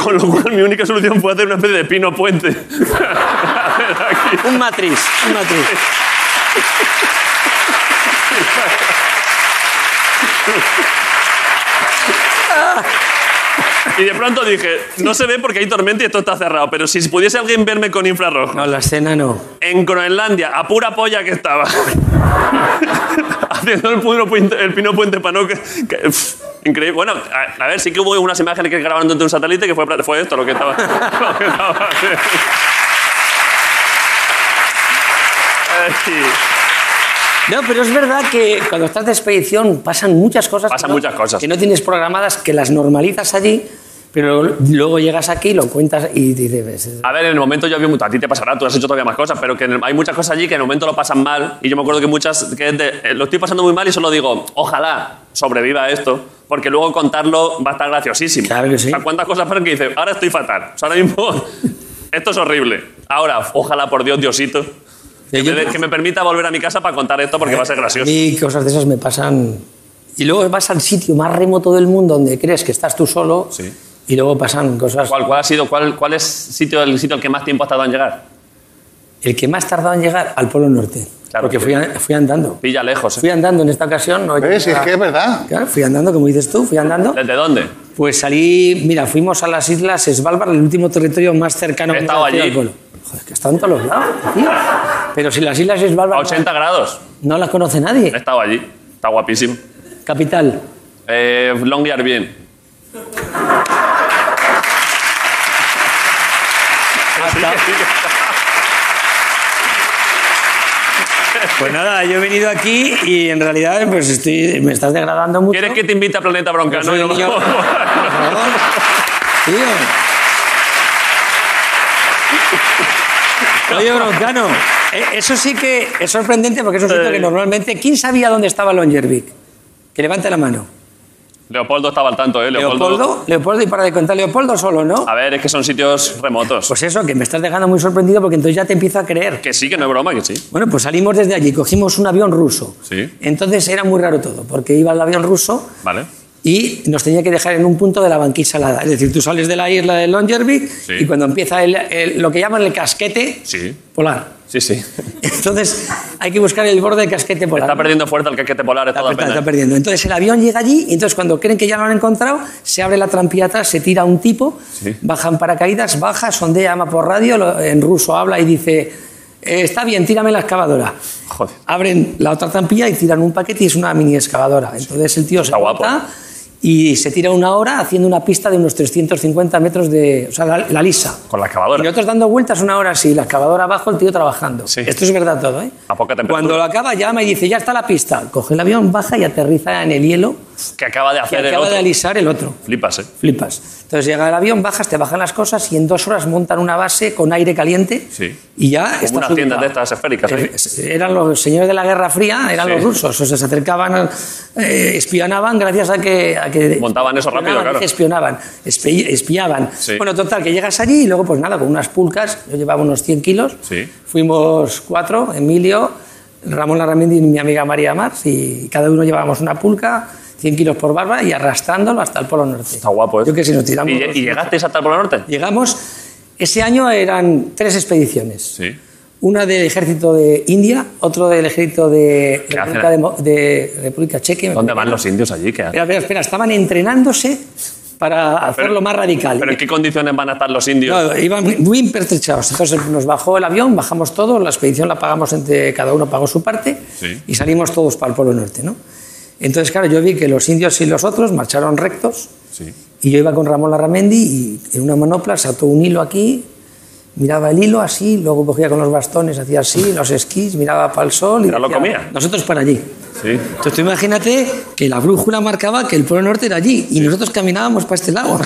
[SPEAKER 1] Con lo cual, mi única solución fue hacer una especie de pino puente. Aquí.
[SPEAKER 6] Un matriz, un matriz.
[SPEAKER 1] Y de pronto dije, no se ve porque hay tormenta y esto está cerrado, pero si pudiese alguien verme con infrarrojo.
[SPEAKER 6] No, la escena no.
[SPEAKER 1] en Groenlandia, a pura polla que estaba. Haciendo el, puro puente- el pino puente para no... que- que- pf, increíble. Bueno, a, a ver, sí que hubo unas imágenes que grabaron durante un satélite que fue, pla- fue esto lo que estaba... lo que estaba- Ay,
[SPEAKER 6] No, pero es verdad que cuando estás de expedición pasan muchas cosas. que
[SPEAKER 1] Pasan
[SPEAKER 6] no-
[SPEAKER 1] muchas cosas.
[SPEAKER 6] Que no tienes programadas, que las normalizas allí, pero luego llegas aquí, lo cuentas y dices.
[SPEAKER 1] A ver, en el momento yo había mucho. A ti te pasará, tú has hecho todavía más cosas, pero que en el- hay muchas cosas allí que en el momento lo pasan mal. Y yo me acuerdo que muchas. Que es de, eh, lo estoy pasando muy mal y solo digo, ojalá sobreviva a esto, porque luego contarlo va a estar graciosísimo.
[SPEAKER 6] Claro que sí.
[SPEAKER 1] O sea, ¿cuántas cosas pasan que dices, ahora estoy fatal? O sea, ahora mismo. Esto es horrible. Ahora, ojalá por Dios, Diosito, que me, de- que me permita volver a mi casa para contar esto porque va a ser gracioso.
[SPEAKER 6] Y cosas de esas me pasan. Y luego vas al sitio más remoto del mundo donde crees que estás tú solo y luego pasan cosas.
[SPEAKER 1] ¿Cuál, cuál ha sido, cuál, cuál es sitio, el sitio al que más tiempo has tardado en llegar?
[SPEAKER 6] El que más tardaba en llegar al Polo Norte.
[SPEAKER 1] Claro
[SPEAKER 6] porque
[SPEAKER 1] que-
[SPEAKER 6] fui, a- fui andando.
[SPEAKER 1] Pilla lejos. ¿eh?
[SPEAKER 6] Fui andando en esta ocasión. No
[SPEAKER 2] ¿Ves? Si es que es verdad.
[SPEAKER 6] Claro, fui andando, como dices tú, fui andando.
[SPEAKER 1] ¿Desde dónde?
[SPEAKER 6] Pues salí, mira, fuimos a las islas Svalbard, el último territorio más cercano
[SPEAKER 1] He
[SPEAKER 6] que me
[SPEAKER 1] estado
[SPEAKER 6] hacía
[SPEAKER 1] allí.
[SPEAKER 6] al pueblo. Joder, que están en todos los lados, tío. Pero si las islas
[SPEAKER 1] A Eh.
[SPEAKER 6] Svalbard
[SPEAKER 1] 80 grados.
[SPEAKER 6] no las conoce
[SPEAKER 1] He
[SPEAKER 6] nadie.
[SPEAKER 1] estado allí. Está guapísimo.
[SPEAKER 6] Capital.
[SPEAKER 1] Eh, Longyard bien.
[SPEAKER 6] Pues nada, yo he venido aquí y en realidad pues estoy, me estás degradando mucho.
[SPEAKER 1] ¿Quieres que te invite a Planeta Bronca?
[SPEAKER 6] Yo soy
[SPEAKER 1] No,
[SPEAKER 6] un niño-
[SPEAKER 1] no.
[SPEAKER 6] Por favor. Tío. Oye, Broncano, eh, eso sí que es sorprendente porque es un sitio
[SPEAKER 1] Eh.
[SPEAKER 6] que normalmente... ¿Quién sabía dónde estaba Longervik? Que levante la mano.
[SPEAKER 1] Leopoldo estaba al tanto, ¿eh? Leopoldo. Ah.
[SPEAKER 6] Leopoldo, Leopoldo, y para de contar Leopoldo solo, ¿no?
[SPEAKER 1] A ver, es que son sitios remotos.
[SPEAKER 6] Pues eso, que me estás dejando muy sorprendido porque entonces ya te empiezo a creer.
[SPEAKER 1] Que sí, que no es broma, que sí.
[SPEAKER 6] Bueno, pues salimos desde allí, cogimos un avión ruso.
[SPEAKER 1] Sí.
[SPEAKER 6] Entonces era muy raro todo, porque iba el avión ruso
[SPEAKER 1] Vale.
[SPEAKER 6] y nos tenía que dejar en un punto de la banquisa salada. Es decir, tú sales de la isla de Longyearbyen
[SPEAKER 1] Sí.
[SPEAKER 6] y cuando empieza el- el- lo que llaman el casquete
[SPEAKER 1] Sí.
[SPEAKER 6] polar.
[SPEAKER 1] Sí, sí.
[SPEAKER 6] Entonces hay que buscar el borde del casquete polar.
[SPEAKER 1] Está perdiendo fuerza el caquete polar, ¿eh? es
[SPEAKER 6] Está,
[SPEAKER 1] toda
[SPEAKER 6] per-
[SPEAKER 1] pena.
[SPEAKER 6] está perdiendo. Entonces el avión llega allí y entonces cuando creen que ya lo han encontrado, se abre la trampilla atrás, se tira un tipo,
[SPEAKER 1] Sí.
[SPEAKER 6] bajan paracaídas, baja, sondea, llama por radio, lo- en ruso habla y dice, "Eh, está bien, tírame la excavadora.
[SPEAKER 1] Joder.
[SPEAKER 6] Abren la otra trampilla y tiran un paquete y es una mini excavadora. Entonces el tío se
[SPEAKER 1] Está guapo. ¿eh?
[SPEAKER 6] bota y se tira una hora haciendo una pista de unos 350 metros de... O sea, la, la lisa.
[SPEAKER 1] Con la
[SPEAKER 6] Y
[SPEAKER 1] excavadora.
[SPEAKER 6] nosotros dando vueltas una hora así, la excavadora abajo, el tío trabajando.
[SPEAKER 1] Sí.
[SPEAKER 6] Esto es verdad todo, ¿eh?
[SPEAKER 1] A poca temperatura.
[SPEAKER 6] Cuando lo acaba, llama y dice, ya está la pista. Coge el avión, baja y aterriza en el hielo.
[SPEAKER 1] que acaba de
[SPEAKER 6] que
[SPEAKER 1] hacer el
[SPEAKER 6] acaba
[SPEAKER 1] otro.
[SPEAKER 6] de alisar el otro.
[SPEAKER 1] Flipas, ¿eh?
[SPEAKER 6] Flipas. Entonces llega el avión, bajas, te bajan las cosas y en dos horas montan una base con aire caliente
[SPEAKER 1] Sí.
[SPEAKER 6] y ya
[SPEAKER 1] Como
[SPEAKER 6] estás
[SPEAKER 1] unas tiendas
[SPEAKER 6] ubicado.
[SPEAKER 1] de estas esféricas. ¿eh?
[SPEAKER 6] Eh, Eran los señores de la Guerra Fría, eran
[SPEAKER 1] Sí.
[SPEAKER 6] los rusos, o sea, se acercaban, eh, espionaban gracias a que... a que-
[SPEAKER 1] Montaban eso rápido,
[SPEAKER 6] espionaban,
[SPEAKER 1] claro.
[SPEAKER 6] Espionaban, espi- espiaban.
[SPEAKER 1] Sí.
[SPEAKER 6] Bueno, total, que llegas allí y luego, pues nada, con unas pulcas, yo llevaba unos 100 kilos,
[SPEAKER 1] Sí.
[SPEAKER 6] fuimos cuatro, Emilio, Ramón Larramendi y mi amiga María Mars, y cada uno llevábamos una pulca, 100 kilos por barba y arrastrándolo hasta el Polo Norte.
[SPEAKER 1] Está guapo, ¿eh?
[SPEAKER 6] Yo que si nos tiramos...
[SPEAKER 1] ¿Y, lle- y llegasteis hasta el Polo Norte?
[SPEAKER 6] Llegamos, ese año eran tres expediciones
[SPEAKER 1] Sí.
[SPEAKER 6] una del ejército de India, otro del ejército de
[SPEAKER 1] ¿Qué hacen?
[SPEAKER 6] República, de, Mo- de República Checa. me
[SPEAKER 1] ¿Dónde
[SPEAKER 6] parece.
[SPEAKER 1] van los indios allí? ¿Qué hacen?
[SPEAKER 6] Espera, espera, espera, estaban entrenándose para hacerlo más radical.
[SPEAKER 1] ¿Pero en qué condiciones van a estar los indios?
[SPEAKER 6] No, iban muy, muy impertrechados. Entonces nos bajó el avión, bajamos todos, la expedición la pagamos entre cada uno, pagó su parte
[SPEAKER 1] Sí.
[SPEAKER 6] y salimos todos para el Polo Norte. ¿no? Entonces, claro, yo vi que los indios y los otros marcharon rectos
[SPEAKER 1] Sí.
[SPEAKER 6] y yo iba con Ramón Larramendi y en una manopla saltó un hilo aquí, miraba el hilo así, luego cogía con los bastones, hacía así, los esquís, miraba para el sol y
[SPEAKER 1] Pero lo
[SPEAKER 6] decía,
[SPEAKER 1] comía.
[SPEAKER 6] nosotros para allí.
[SPEAKER 1] Sí.
[SPEAKER 6] Entonces tú imagínate que la brújula marcaba que el Polo Norte era allí y nosotros caminábamos para este lado.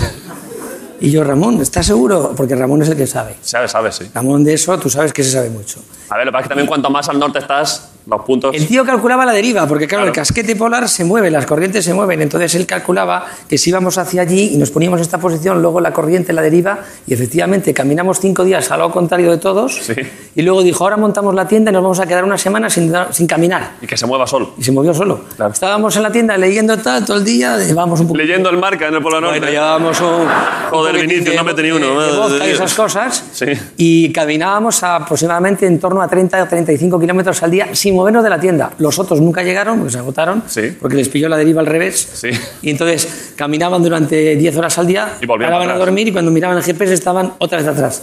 [SPEAKER 6] Y yo, Ramón, ¿estás seguro? Porque Ramón es el que sabe.
[SPEAKER 1] Sabes, sabes, sí.
[SPEAKER 6] Ramón de eso, tú sabes que se sabe mucho.
[SPEAKER 1] A ver, lo que pasa es que también cuanto más al norte estás, los puntos...
[SPEAKER 6] El tío calculaba la deriva, porque claro,
[SPEAKER 1] Claro.
[SPEAKER 6] el casquete polar se mueve, las corrientes se mueven, entonces él calculaba que si íbamos hacia allí y nos poníamos en esta posición, luego la corriente la deriva, y efectivamente caminamos cinco días al lado contrario de todos,
[SPEAKER 1] Sí.
[SPEAKER 6] y luego dijo, ahora montamos la tienda y nos vamos a quedar una semana sin, sin caminar.
[SPEAKER 1] Y que se mueva sol.
[SPEAKER 6] Y se movió solo.
[SPEAKER 1] Claro.
[SPEAKER 6] Estábamos en la tienda leyendo tal, todo el día, llevábamos un poco...
[SPEAKER 1] Leyendo el marca en el Polo Norte.
[SPEAKER 6] Bueno, llevábamos un... un
[SPEAKER 1] Joder,
[SPEAKER 6] poquitín
[SPEAKER 1] Vinicius,
[SPEAKER 6] de-
[SPEAKER 1] no me tenía
[SPEAKER 6] de-
[SPEAKER 1] uno,
[SPEAKER 6] de
[SPEAKER 1] madre
[SPEAKER 6] vodka
[SPEAKER 1] de
[SPEAKER 6] y
[SPEAKER 1] Dios.
[SPEAKER 6] esas cosas.
[SPEAKER 1] Sí.
[SPEAKER 6] Y caminábamos a aproximadamente en torno a 30 o 35 kilómetros al día sin movernos de la tienda. Los otros nunca llegaron porque se agotaron,
[SPEAKER 1] Sí.
[SPEAKER 6] porque les pilló la deriva al revés.
[SPEAKER 1] Sí.
[SPEAKER 6] Y entonces caminaban durante 10 horas al día,
[SPEAKER 1] Y volvían
[SPEAKER 6] paraban
[SPEAKER 1] para
[SPEAKER 6] a
[SPEAKER 1] atrás.
[SPEAKER 6] dormir y cuando miraban el GPS estaban otra vez atrás.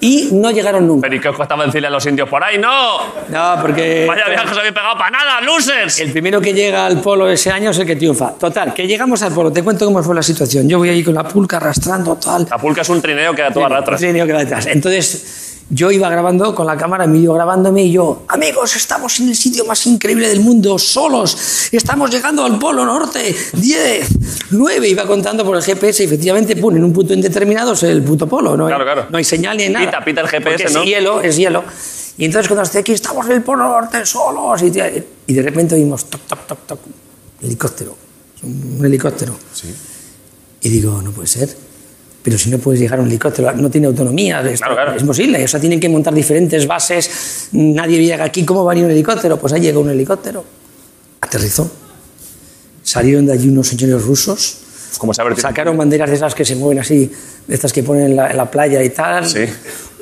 [SPEAKER 6] Y no llegaron nunca.
[SPEAKER 1] Pero ¿y qué os costaba decirle a los indios por ahí? ¡No!
[SPEAKER 6] No, porque...
[SPEAKER 1] ¡Vaya viaje os habéis pegado para nada, losers!
[SPEAKER 6] Este- El primero que llega al polo ese año es el que triunfa. Total, que llegamos al polo. Te cuento cómo fue la situación. Yo voy ahí con la pulca arrastrando, tal.
[SPEAKER 1] La pulca es un trineo que a toda ratra.
[SPEAKER 6] Sí, niño que va detrás. Entonces, yo iba grabando con la cámara, Emilio grabándome y yo, amigos, estamos en el sitio más increíble del mundo, solos, estamos llegando al Polo Norte, 10, 9, iba contando por el GPS y efectivamente, pum, en un punto indeterminado es el puto polo, ¿no? hay-
[SPEAKER 1] Claro, claro.
[SPEAKER 6] No hay señal ni hay nada.
[SPEAKER 1] Pita, pita el GPS,
[SPEAKER 6] Porque es
[SPEAKER 1] ¿no?
[SPEAKER 6] hielo, es hielo. Y entonces cuando estoy aquí, estamos en el Polo Norte solos y, y de repente oímos, toc, toc, toc, toc, helicóptero, un helicóptero. Y digo, no puede ser. Pero si no puedes llegar a un helicóptero, no tiene autonomía, es,
[SPEAKER 1] Claro, claro.
[SPEAKER 6] es posible. O sea, tienen que montar diferentes bases, nadie llega aquí, ¿cómo va a ir un helicóptero? Pues ahí llegó un helicóptero, aterrizó. Salieron de allí unos señores rusos,
[SPEAKER 1] Como se abre-
[SPEAKER 6] sacaron banderas de esas que se mueven así, de estas que ponen en la, en la playa y tal.
[SPEAKER 1] Sí.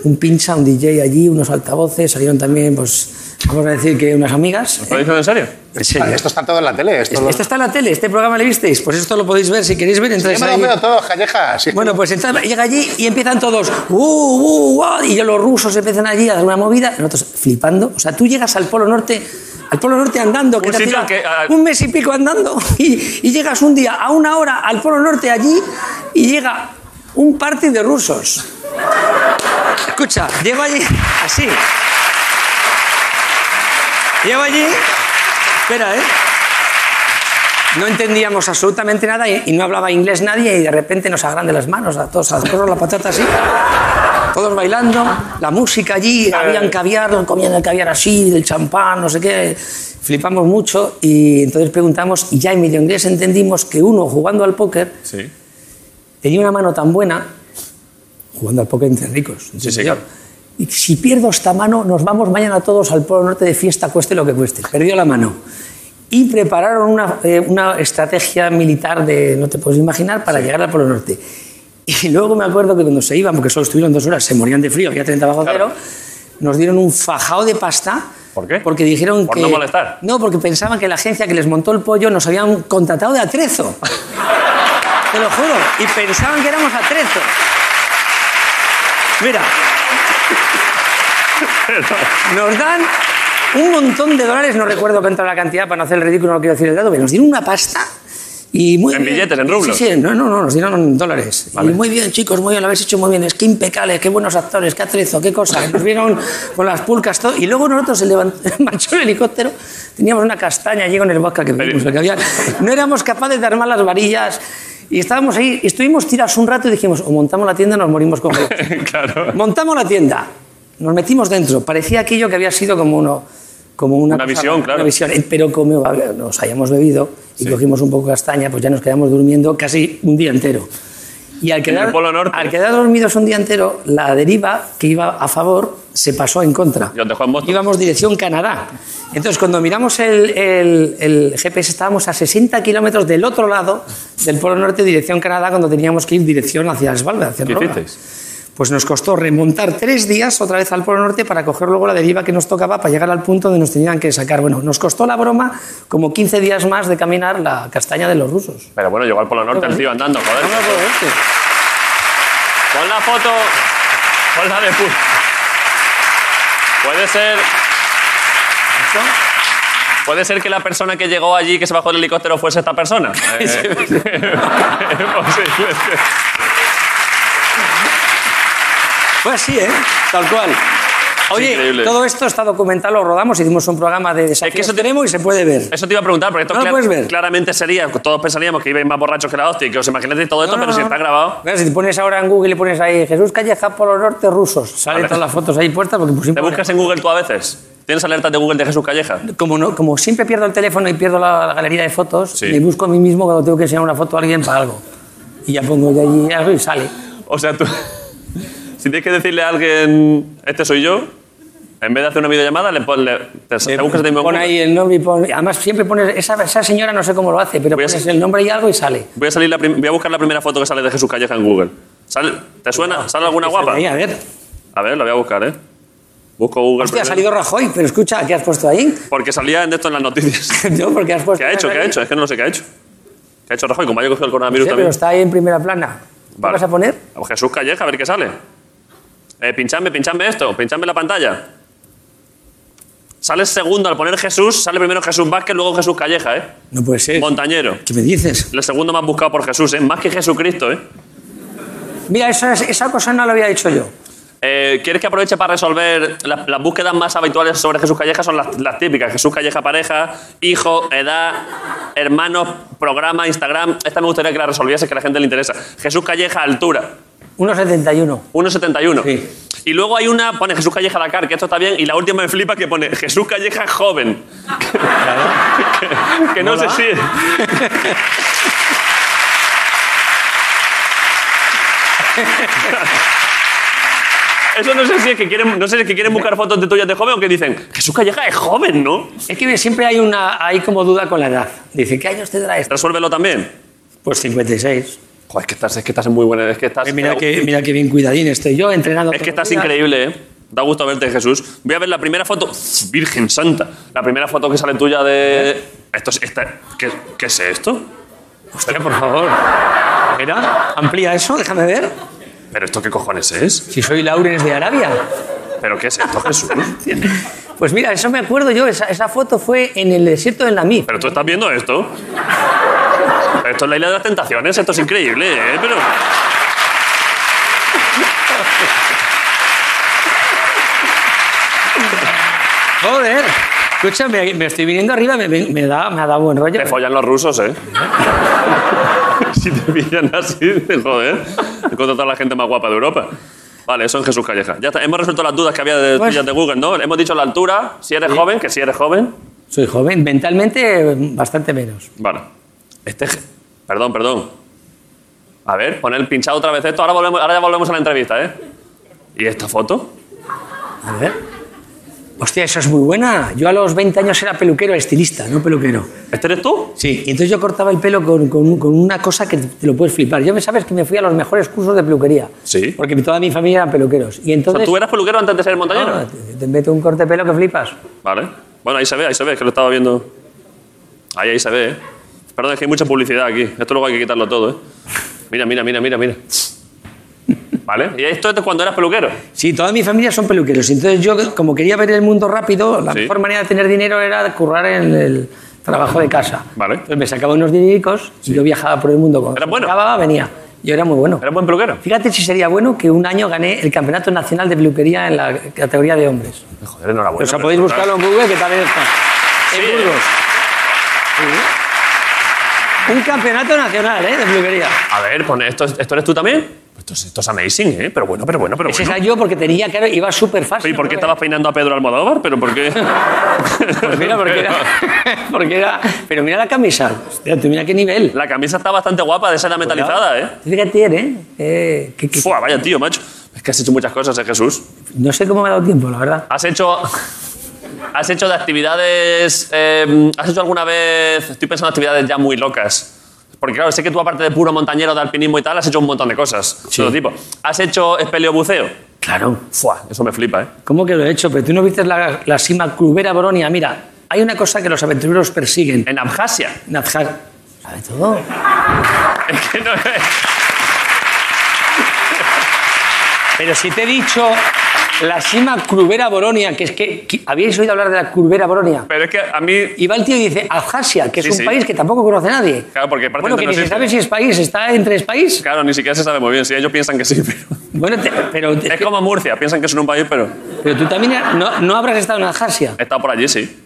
[SPEAKER 6] Un pincha, un DJ allí, unos altavoces, salieron también, pues, vamos a decir que unas amigas.
[SPEAKER 1] ¿Lo dices en serio?
[SPEAKER 6] En serio.
[SPEAKER 2] Esto está todo en la tele. Esto,
[SPEAKER 6] Esto,
[SPEAKER 2] lo-
[SPEAKER 6] está en la tele, este programa le visteis, pues esto lo podéis ver si queréis ver. Entonces
[SPEAKER 2] Yo me lo
[SPEAKER 6] este ahí-
[SPEAKER 2] veo todo, Calleja. sí.
[SPEAKER 6] bueno, pues entonces llega allí y empiezan todos, "Uh, uh, uh", y ya los rusos empiezan allí a hacer una movida, nosotros flipando. O sea, tú llegas al Polo Norte, al Polo Norte andando, que
[SPEAKER 1] Un
[SPEAKER 6] te
[SPEAKER 1] sitio
[SPEAKER 6] hacía
[SPEAKER 1] que, ah,
[SPEAKER 6] un mes y pico andando, y, y llegas un día a una hora al Polo Norte allí y llega un party de rusos. Escucha, llego allí así. Llego allí. Espera, ¿eh? No entendíamos absolutamente nada y, y no hablaba inglés nadie y de repente nos agarran de las manos a todos, a todos la patata así, todos bailando, la música allí, habían caviar, comían el caviar así, el champán, no sé qué, flipamos mucho y entonces preguntamos y ya en medio inglés entendimos que uno jugando al póker
[SPEAKER 1] Sí.
[SPEAKER 6] tenía una mano tan buena, jugando al póker entre ricos, entre
[SPEAKER 1] sí.
[SPEAKER 6] señor, y si pierdo esta mano, nos vamos mañana todos al Polo Norte de fiesta, cueste lo que cueste. Perdió la mano. Y prepararon una, eh, una estrategia militar de, no te puedes imaginar, para llegar al Polo Norte. Y luego me acuerdo que cuando se iban, porque solo estuvieron dos horas, se morían de frío, había 30 bajo
[SPEAKER 1] Claro.
[SPEAKER 6] cero, nos dieron un fajado de pasta.
[SPEAKER 1] ¿Por qué?
[SPEAKER 6] Porque dijeron
[SPEAKER 1] Por
[SPEAKER 6] que...
[SPEAKER 1] no molestar.
[SPEAKER 6] No, porque pensaban que la agencia que les montó el pollo nos habían contratado de atrezo. Te lo juro. Y pensaban que éramos atrezo. Mira. Nos dan un montón de dólares, no recuerdo cuánto era la cantidad para no hacer el ridículo, no quiero decir el dato, pero nos dieron una pasta Y muy
[SPEAKER 1] En
[SPEAKER 6] bien.
[SPEAKER 1] billetes, en rublos.
[SPEAKER 6] Sí, sí, no, no, no, nos dieron dólares.
[SPEAKER 1] Vale.
[SPEAKER 6] Y muy bien, chicos, muy bien, lo habéis hecho muy bien. Es que impecables, qué buenos actores, qué atrezo, qué cosa. Nos vieron con las pulcas, todo. Y luego nosotros se levantó, marchó el helicóptero, teníamos una castaña allí con el bosque que vimos, que había. No éramos capaces de armar las varillas. Y estábamos ahí, y estuvimos tirados un rato y dijimos, o montamos la tienda o nos morimos con
[SPEAKER 1] claro.
[SPEAKER 6] Montamos la tienda, nos metimos dentro. Parecía aquello que había sido como uno. Como una,
[SPEAKER 1] Una
[SPEAKER 6] cosa-
[SPEAKER 1] visión,
[SPEAKER 6] una
[SPEAKER 1] claro.
[SPEAKER 6] visión. Eh, Pero como había- nos hayamos bebido y cogimos un poco de castaña, pues ya nos quedamos durmiendo casi un día entero. Y al
[SPEAKER 1] el
[SPEAKER 6] quedar,
[SPEAKER 1] Polo Norte.
[SPEAKER 6] al quedar dormidos un día entero, la deriva que iba a favor se pasó en contra.
[SPEAKER 1] Y os dejó en Boston.
[SPEAKER 6] Íbamos dirección Canadá. Entonces, cuando miramos el, el- el GPS, estábamos a 60 kilómetros del otro lado del Polo Norte, dirección Canadá, cuando teníamos que ir dirección hacia Svalbard, hacia
[SPEAKER 1] ¿Qué
[SPEAKER 6] Noruega.
[SPEAKER 1] hicisteis?
[SPEAKER 6] Pues nos costó remontar tres días otra vez al Polo Norte para coger luego la deriva que nos tocaba para llegar al punto donde nos tenían que sacar. Bueno, nos costó la broma como 15 días más de caminar la castaña de los rusos.
[SPEAKER 1] Pero bueno, llegó al Polo Norte el tío
[SPEAKER 6] eh,
[SPEAKER 1] andando, joder. Pon la foto. Pon la de pu- Puede ser. Puede ser que la persona que llegó allí, que se bajó del helicóptero, fuese esta persona. Eh, posiblemente.
[SPEAKER 6] Fue así, ¿eh? Tal cual. Oye,
[SPEAKER 1] increíble.
[SPEAKER 6] todo esto está documentado, lo rodamos, hicimos un programa de desafíos.
[SPEAKER 1] que eso te-
[SPEAKER 6] tenemos y se puede ver.
[SPEAKER 1] Eso te iba a preguntar, porque esto
[SPEAKER 6] No lo
[SPEAKER 1] cla-
[SPEAKER 6] puedes ver.
[SPEAKER 1] claramente sería, todos pensaríamos que ibais más borrachos que la hostia, y que os imagináis todo esto,
[SPEAKER 6] No, no,
[SPEAKER 1] pero si
[SPEAKER 6] no,
[SPEAKER 1] está
[SPEAKER 6] no.
[SPEAKER 1] grabado.
[SPEAKER 6] Claro, si te pones ahora en Google y pones ahí Jesús Calleja Polo Norte rusos, salen
[SPEAKER 1] Vale.
[SPEAKER 6] todas las fotos ahí puestas porque pusimos.
[SPEAKER 1] ¿Te buscas en Google tú a veces? ¿Tienes alertas de Google de Jesús Calleja?
[SPEAKER 6] como, no, como siempre pierdo el teléfono y pierdo la, la galería de fotos,
[SPEAKER 1] Sí.
[SPEAKER 6] me busco a mí mismo cuando tengo que enseñar una foto a alguien para algo. Y ya pongo de allí algo y sale.
[SPEAKER 1] O sea, tú. Si tienes que decirle a alguien, este soy yo, en vez de hacer una videollamada, le pon, le- te, te buscas de mismo
[SPEAKER 6] Pon ahí el nombre y pon- Además, siempre pones. Esa, esa señora no sé cómo lo hace, pero
[SPEAKER 1] Voy a
[SPEAKER 6] pones
[SPEAKER 1] ser-
[SPEAKER 6] el nombre y algo y sale.
[SPEAKER 1] Voy a, salir la prim- voy a buscar la primera foto que sale de Jesús Calleja en Google. ¿Sale- ¿Te suena? ¿Sale alguna guapa?
[SPEAKER 6] Ahí, a ver.
[SPEAKER 1] A ver, la voy a buscar, ¿eh? Busco Google.
[SPEAKER 6] Hostia, ha
[SPEAKER 1] primero.
[SPEAKER 6] salido Rajoy, pero escucha, ¿qué has puesto ahí?
[SPEAKER 1] Porque salía en esto en las noticias.
[SPEAKER 6] Yo, porque has puesto.
[SPEAKER 1] ¿Qué ha hecho? ¿Qué ha hecho? Es que no sé qué ha hecho. ¿Qué ha hecho Rajoy? Como haya cogido el
[SPEAKER 6] Sí,
[SPEAKER 1] coronavirus
[SPEAKER 6] pero
[SPEAKER 1] también.
[SPEAKER 6] está ahí en primera plana. ¿Qué
[SPEAKER 1] Vale.
[SPEAKER 6] vas a poner?
[SPEAKER 1] A Jesús Calleja, a ver qué sale. Eh, pinchadme, pinchadme esto, pinchadme la pantalla. Sale segundo, al poner Jesús, sale primero Jesús Vázquez, luego Jesús Calleja, ¿eh?
[SPEAKER 6] No puede ser.
[SPEAKER 1] Montañero.
[SPEAKER 6] ¿Qué me dices?
[SPEAKER 1] El segundo más buscado por Jesús, ¿eh? Más que Jesucristo, ¿eh?
[SPEAKER 6] Mira, esa, esa cosa no la había hecho yo.
[SPEAKER 1] Eh, ¿Quieres que aproveche para resolver las, las búsquedas más habituales sobre Jesús Calleja? Son las, las típicas. Jesús Calleja pareja, hijo, edad, hermanos, programa, Instagram. Esta me gustaría que la resolviese, que a la gente le interesa. Jesús Calleja, altura.
[SPEAKER 6] 1,71.
[SPEAKER 1] 1,71.
[SPEAKER 6] Sí.
[SPEAKER 1] Y luego hay una, pone Jesús Calleja Dakar, que esto está bien, y la última me flipa que pone Jesús Calleja joven. que, que no sé si. Eso no sé si es que quieren, no sé si es que quieren buscar fotos de tuyas de joven o que dicen, Jesús Calleja es joven, ¿no?
[SPEAKER 6] Es que siempre hay una hay como duda con la edad. Dice, ¿qué años tendrá este? esto?
[SPEAKER 1] Resuélvelo también.
[SPEAKER 6] Pues 56.
[SPEAKER 1] Joder, es que estás, es que estás muy buena, es que estás.
[SPEAKER 6] Eh, mira, que, mira que bien cuidadín estoy yo entrenando.
[SPEAKER 1] Es que
[SPEAKER 6] todos
[SPEAKER 1] estás
[SPEAKER 6] los días.
[SPEAKER 1] increíble, ¿eh? Da gusto verte, Jesús. Voy a ver la primera foto. Virgen Santa. La primera foto que sale tuya de. Esto es. esta- ¿Qué, qué es esto?
[SPEAKER 6] Hostia, por favor. Mira, amplía eso, déjame ver.
[SPEAKER 1] ¿Pero esto qué cojones es?
[SPEAKER 6] Si soy Laurens de Arabia.
[SPEAKER 1] ¿Pero qué es esto, Jesús?
[SPEAKER 6] Pues mira, eso me acuerdo yo. Esa, esa foto fue en el desierto del Namib.
[SPEAKER 1] ¿Pero tú estás viendo esto? Esto es la isla de las tentaciones, esto es increíble, ¿eh? Pero.
[SPEAKER 6] Joder. Escucha, me, me estoy viniendo arriba, me, me- me da, me ha dado buen rollo.
[SPEAKER 1] Te follan los rusos, ¿eh? si te pillan así, dices, joder. He contratado a la gente más guapa de Europa. Vale, eso en Jesús Calleja. Ya está, hemos resuelto las dudas que había de,
[SPEAKER 6] Pues-
[SPEAKER 1] tuyas de Google, ¿no? Hemos dicho la altura, si eres joven, que si eres joven.
[SPEAKER 6] Soy joven, mentalmente bastante menos.
[SPEAKER 1] Vale. Este. je- Perdón, perdón. A ver, poner pinchado otra vez esto. Ahora, volvemos, ahora ya volvemos a la entrevista, ¿eh? ¿Y esta foto?
[SPEAKER 6] A ver. Hostia, eso es muy buena. Yo a los 20 años era peluquero, estilista, no peluquero.
[SPEAKER 1] ¿Este eres tú?
[SPEAKER 6] Sí, y entonces yo cortaba el pelo con, con- con una cosa que te lo puedes flipar. Yo me sabes que me fui a los mejores cursos de peluquería.
[SPEAKER 1] Sí.
[SPEAKER 6] Porque toda mi familia eran peluqueros. Y
[SPEAKER 1] O sea,
[SPEAKER 6] entonces.
[SPEAKER 1] ¿tú eras peluquero antes de ser montañero?
[SPEAKER 6] Ah, te, te meto un corte de pelo que flipas.
[SPEAKER 1] Vale. Bueno, ahí se ve, ahí se ve, es que lo estaba viendo. Ahí, ahí se ve, ¿eh? Perdón, es que hay mucha publicidad aquí. Esto luego hay que quitarlo todo, ¿eh? Mira, mira, mira, mira, mira. ¿Vale? ¿Y esto es de cuando eras peluquero?
[SPEAKER 6] Sí, toda mi familia son peluqueros. Y Entonces yo, como quería ver el mundo rápido, la
[SPEAKER 1] Sí.
[SPEAKER 6] mejor manera de tener dinero era currar en el, trabajo de casa.
[SPEAKER 1] Vale.
[SPEAKER 6] Entonces me sacaba unos dinericos, yo viajaba por el mundo. Cuando
[SPEAKER 1] Era bueno.
[SPEAKER 6] Acababa, venía. Yo era muy bueno.
[SPEAKER 1] Era buen peluquero.
[SPEAKER 6] Fíjate si sería bueno que un año gané el Campeonato Nacional de Peluquería en la categoría de hombres.
[SPEAKER 1] Joder, enhorabuena.
[SPEAKER 6] o sea,
[SPEAKER 1] pero
[SPEAKER 6] Pues podéis
[SPEAKER 1] total.
[SPEAKER 6] buscarlo en Google, que también está.
[SPEAKER 1] Sí,
[SPEAKER 6] En Burgos. Sí. Un campeonato nacional, ¿eh? De peluquería.
[SPEAKER 1] A ver, pone, ¿esto, ¿esto eres tú también? Esto es, esto es amazing, ¿eh? Pero bueno, pero bueno, pero
[SPEAKER 6] Ese
[SPEAKER 1] bueno.
[SPEAKER 6] era yo porque tenía, claro, iba súper fácil.
[SPEAKER 1] ¿Y por qué estabas peinando a Pedro Almodóvar? ¿Pero por qué?
[SPEAKER 6] Pues mira, porque era, porque era... Pero mira la camisa. Hostia, tú mira qué nivel.
[SPEAKER 1] La camisa está bastante guapa, de
[SPEAKER 6] Pues
[SPEAKER 1] seda metalizada, ¿eh?
[SPEAKER 6] Fíjate, ¿eh? eh que- que-
[SPEAKER 1] Fua, vaya tío, macho. Es que has hecho muchas cosas, ¿eh, Jesús?
[SPEAKER 6] no sé cómo me ha dado tiempo, la verdad.
[SPEAKER 1] ¿Has hecho, has hecho de actividades. eh, ¿Has hecho alguna vez.? Estoy pensando en actividades ya muy locas. Porque claro, sé que tú, aparte de puro montañero, de alpinismo y tal, has hecho un montón de cosas. De todo tipo. ¿Has hecho espeleobuceo?
[SPEAKER 6] Claro.
[SPEAKER 1] Fua, eso me flipa, ¿eh?
[SPEAKER 6] ¿Cómo que lo he hecho? Pero tú no viste la, la cima Crubera Bronia. Mira, hay una cosa que los aventureros persiguen.
[SPEAKER 1] En Abjasia.
[SPEAKER 6] Nazjar. ¿Sabe todo?
[SPEAKER 1] Es que no es-
[SPEAKER 6] Pero si te he dicho la cima Crubera Bronia, que es que, que- habíais oído hablar de la Crubera Bronia.
[SPEAKER 1] Pero es que a mí.
[SPEAKER 6] Y va el tío y dice Abjasia, que es
[SPEAKER 1] Sí,
[SPEAKER 6] un
[SPEAKER 1] sí.
[SPEAKER 6] país que tampoco conoce nadie.
[SPEAKER 1] Claro, porque parece
[SPEAKER 6] bueno,
[SPEAKER 1] que
[SPEAKER 6] que
[SPEAKER 1] no
[SPEAKER 6] ni se
[SPEAKER 1] existe.
[SPEAKER 6] sabe si es país, está entre es país.
[SPEAKER 1] Claro, ni siquiera se sabe muy bien. Si ellos piensan que sí, pero.
[SPEAKER 6] Bueno, te- pero,
[SPEAKER 1] Es como Murcia, piensan que es un país, pero.
[SPEAKER 6] pero tú también no, no habrás estado en Abjasia.
[SPEAKER 1] He estado por allí, sí.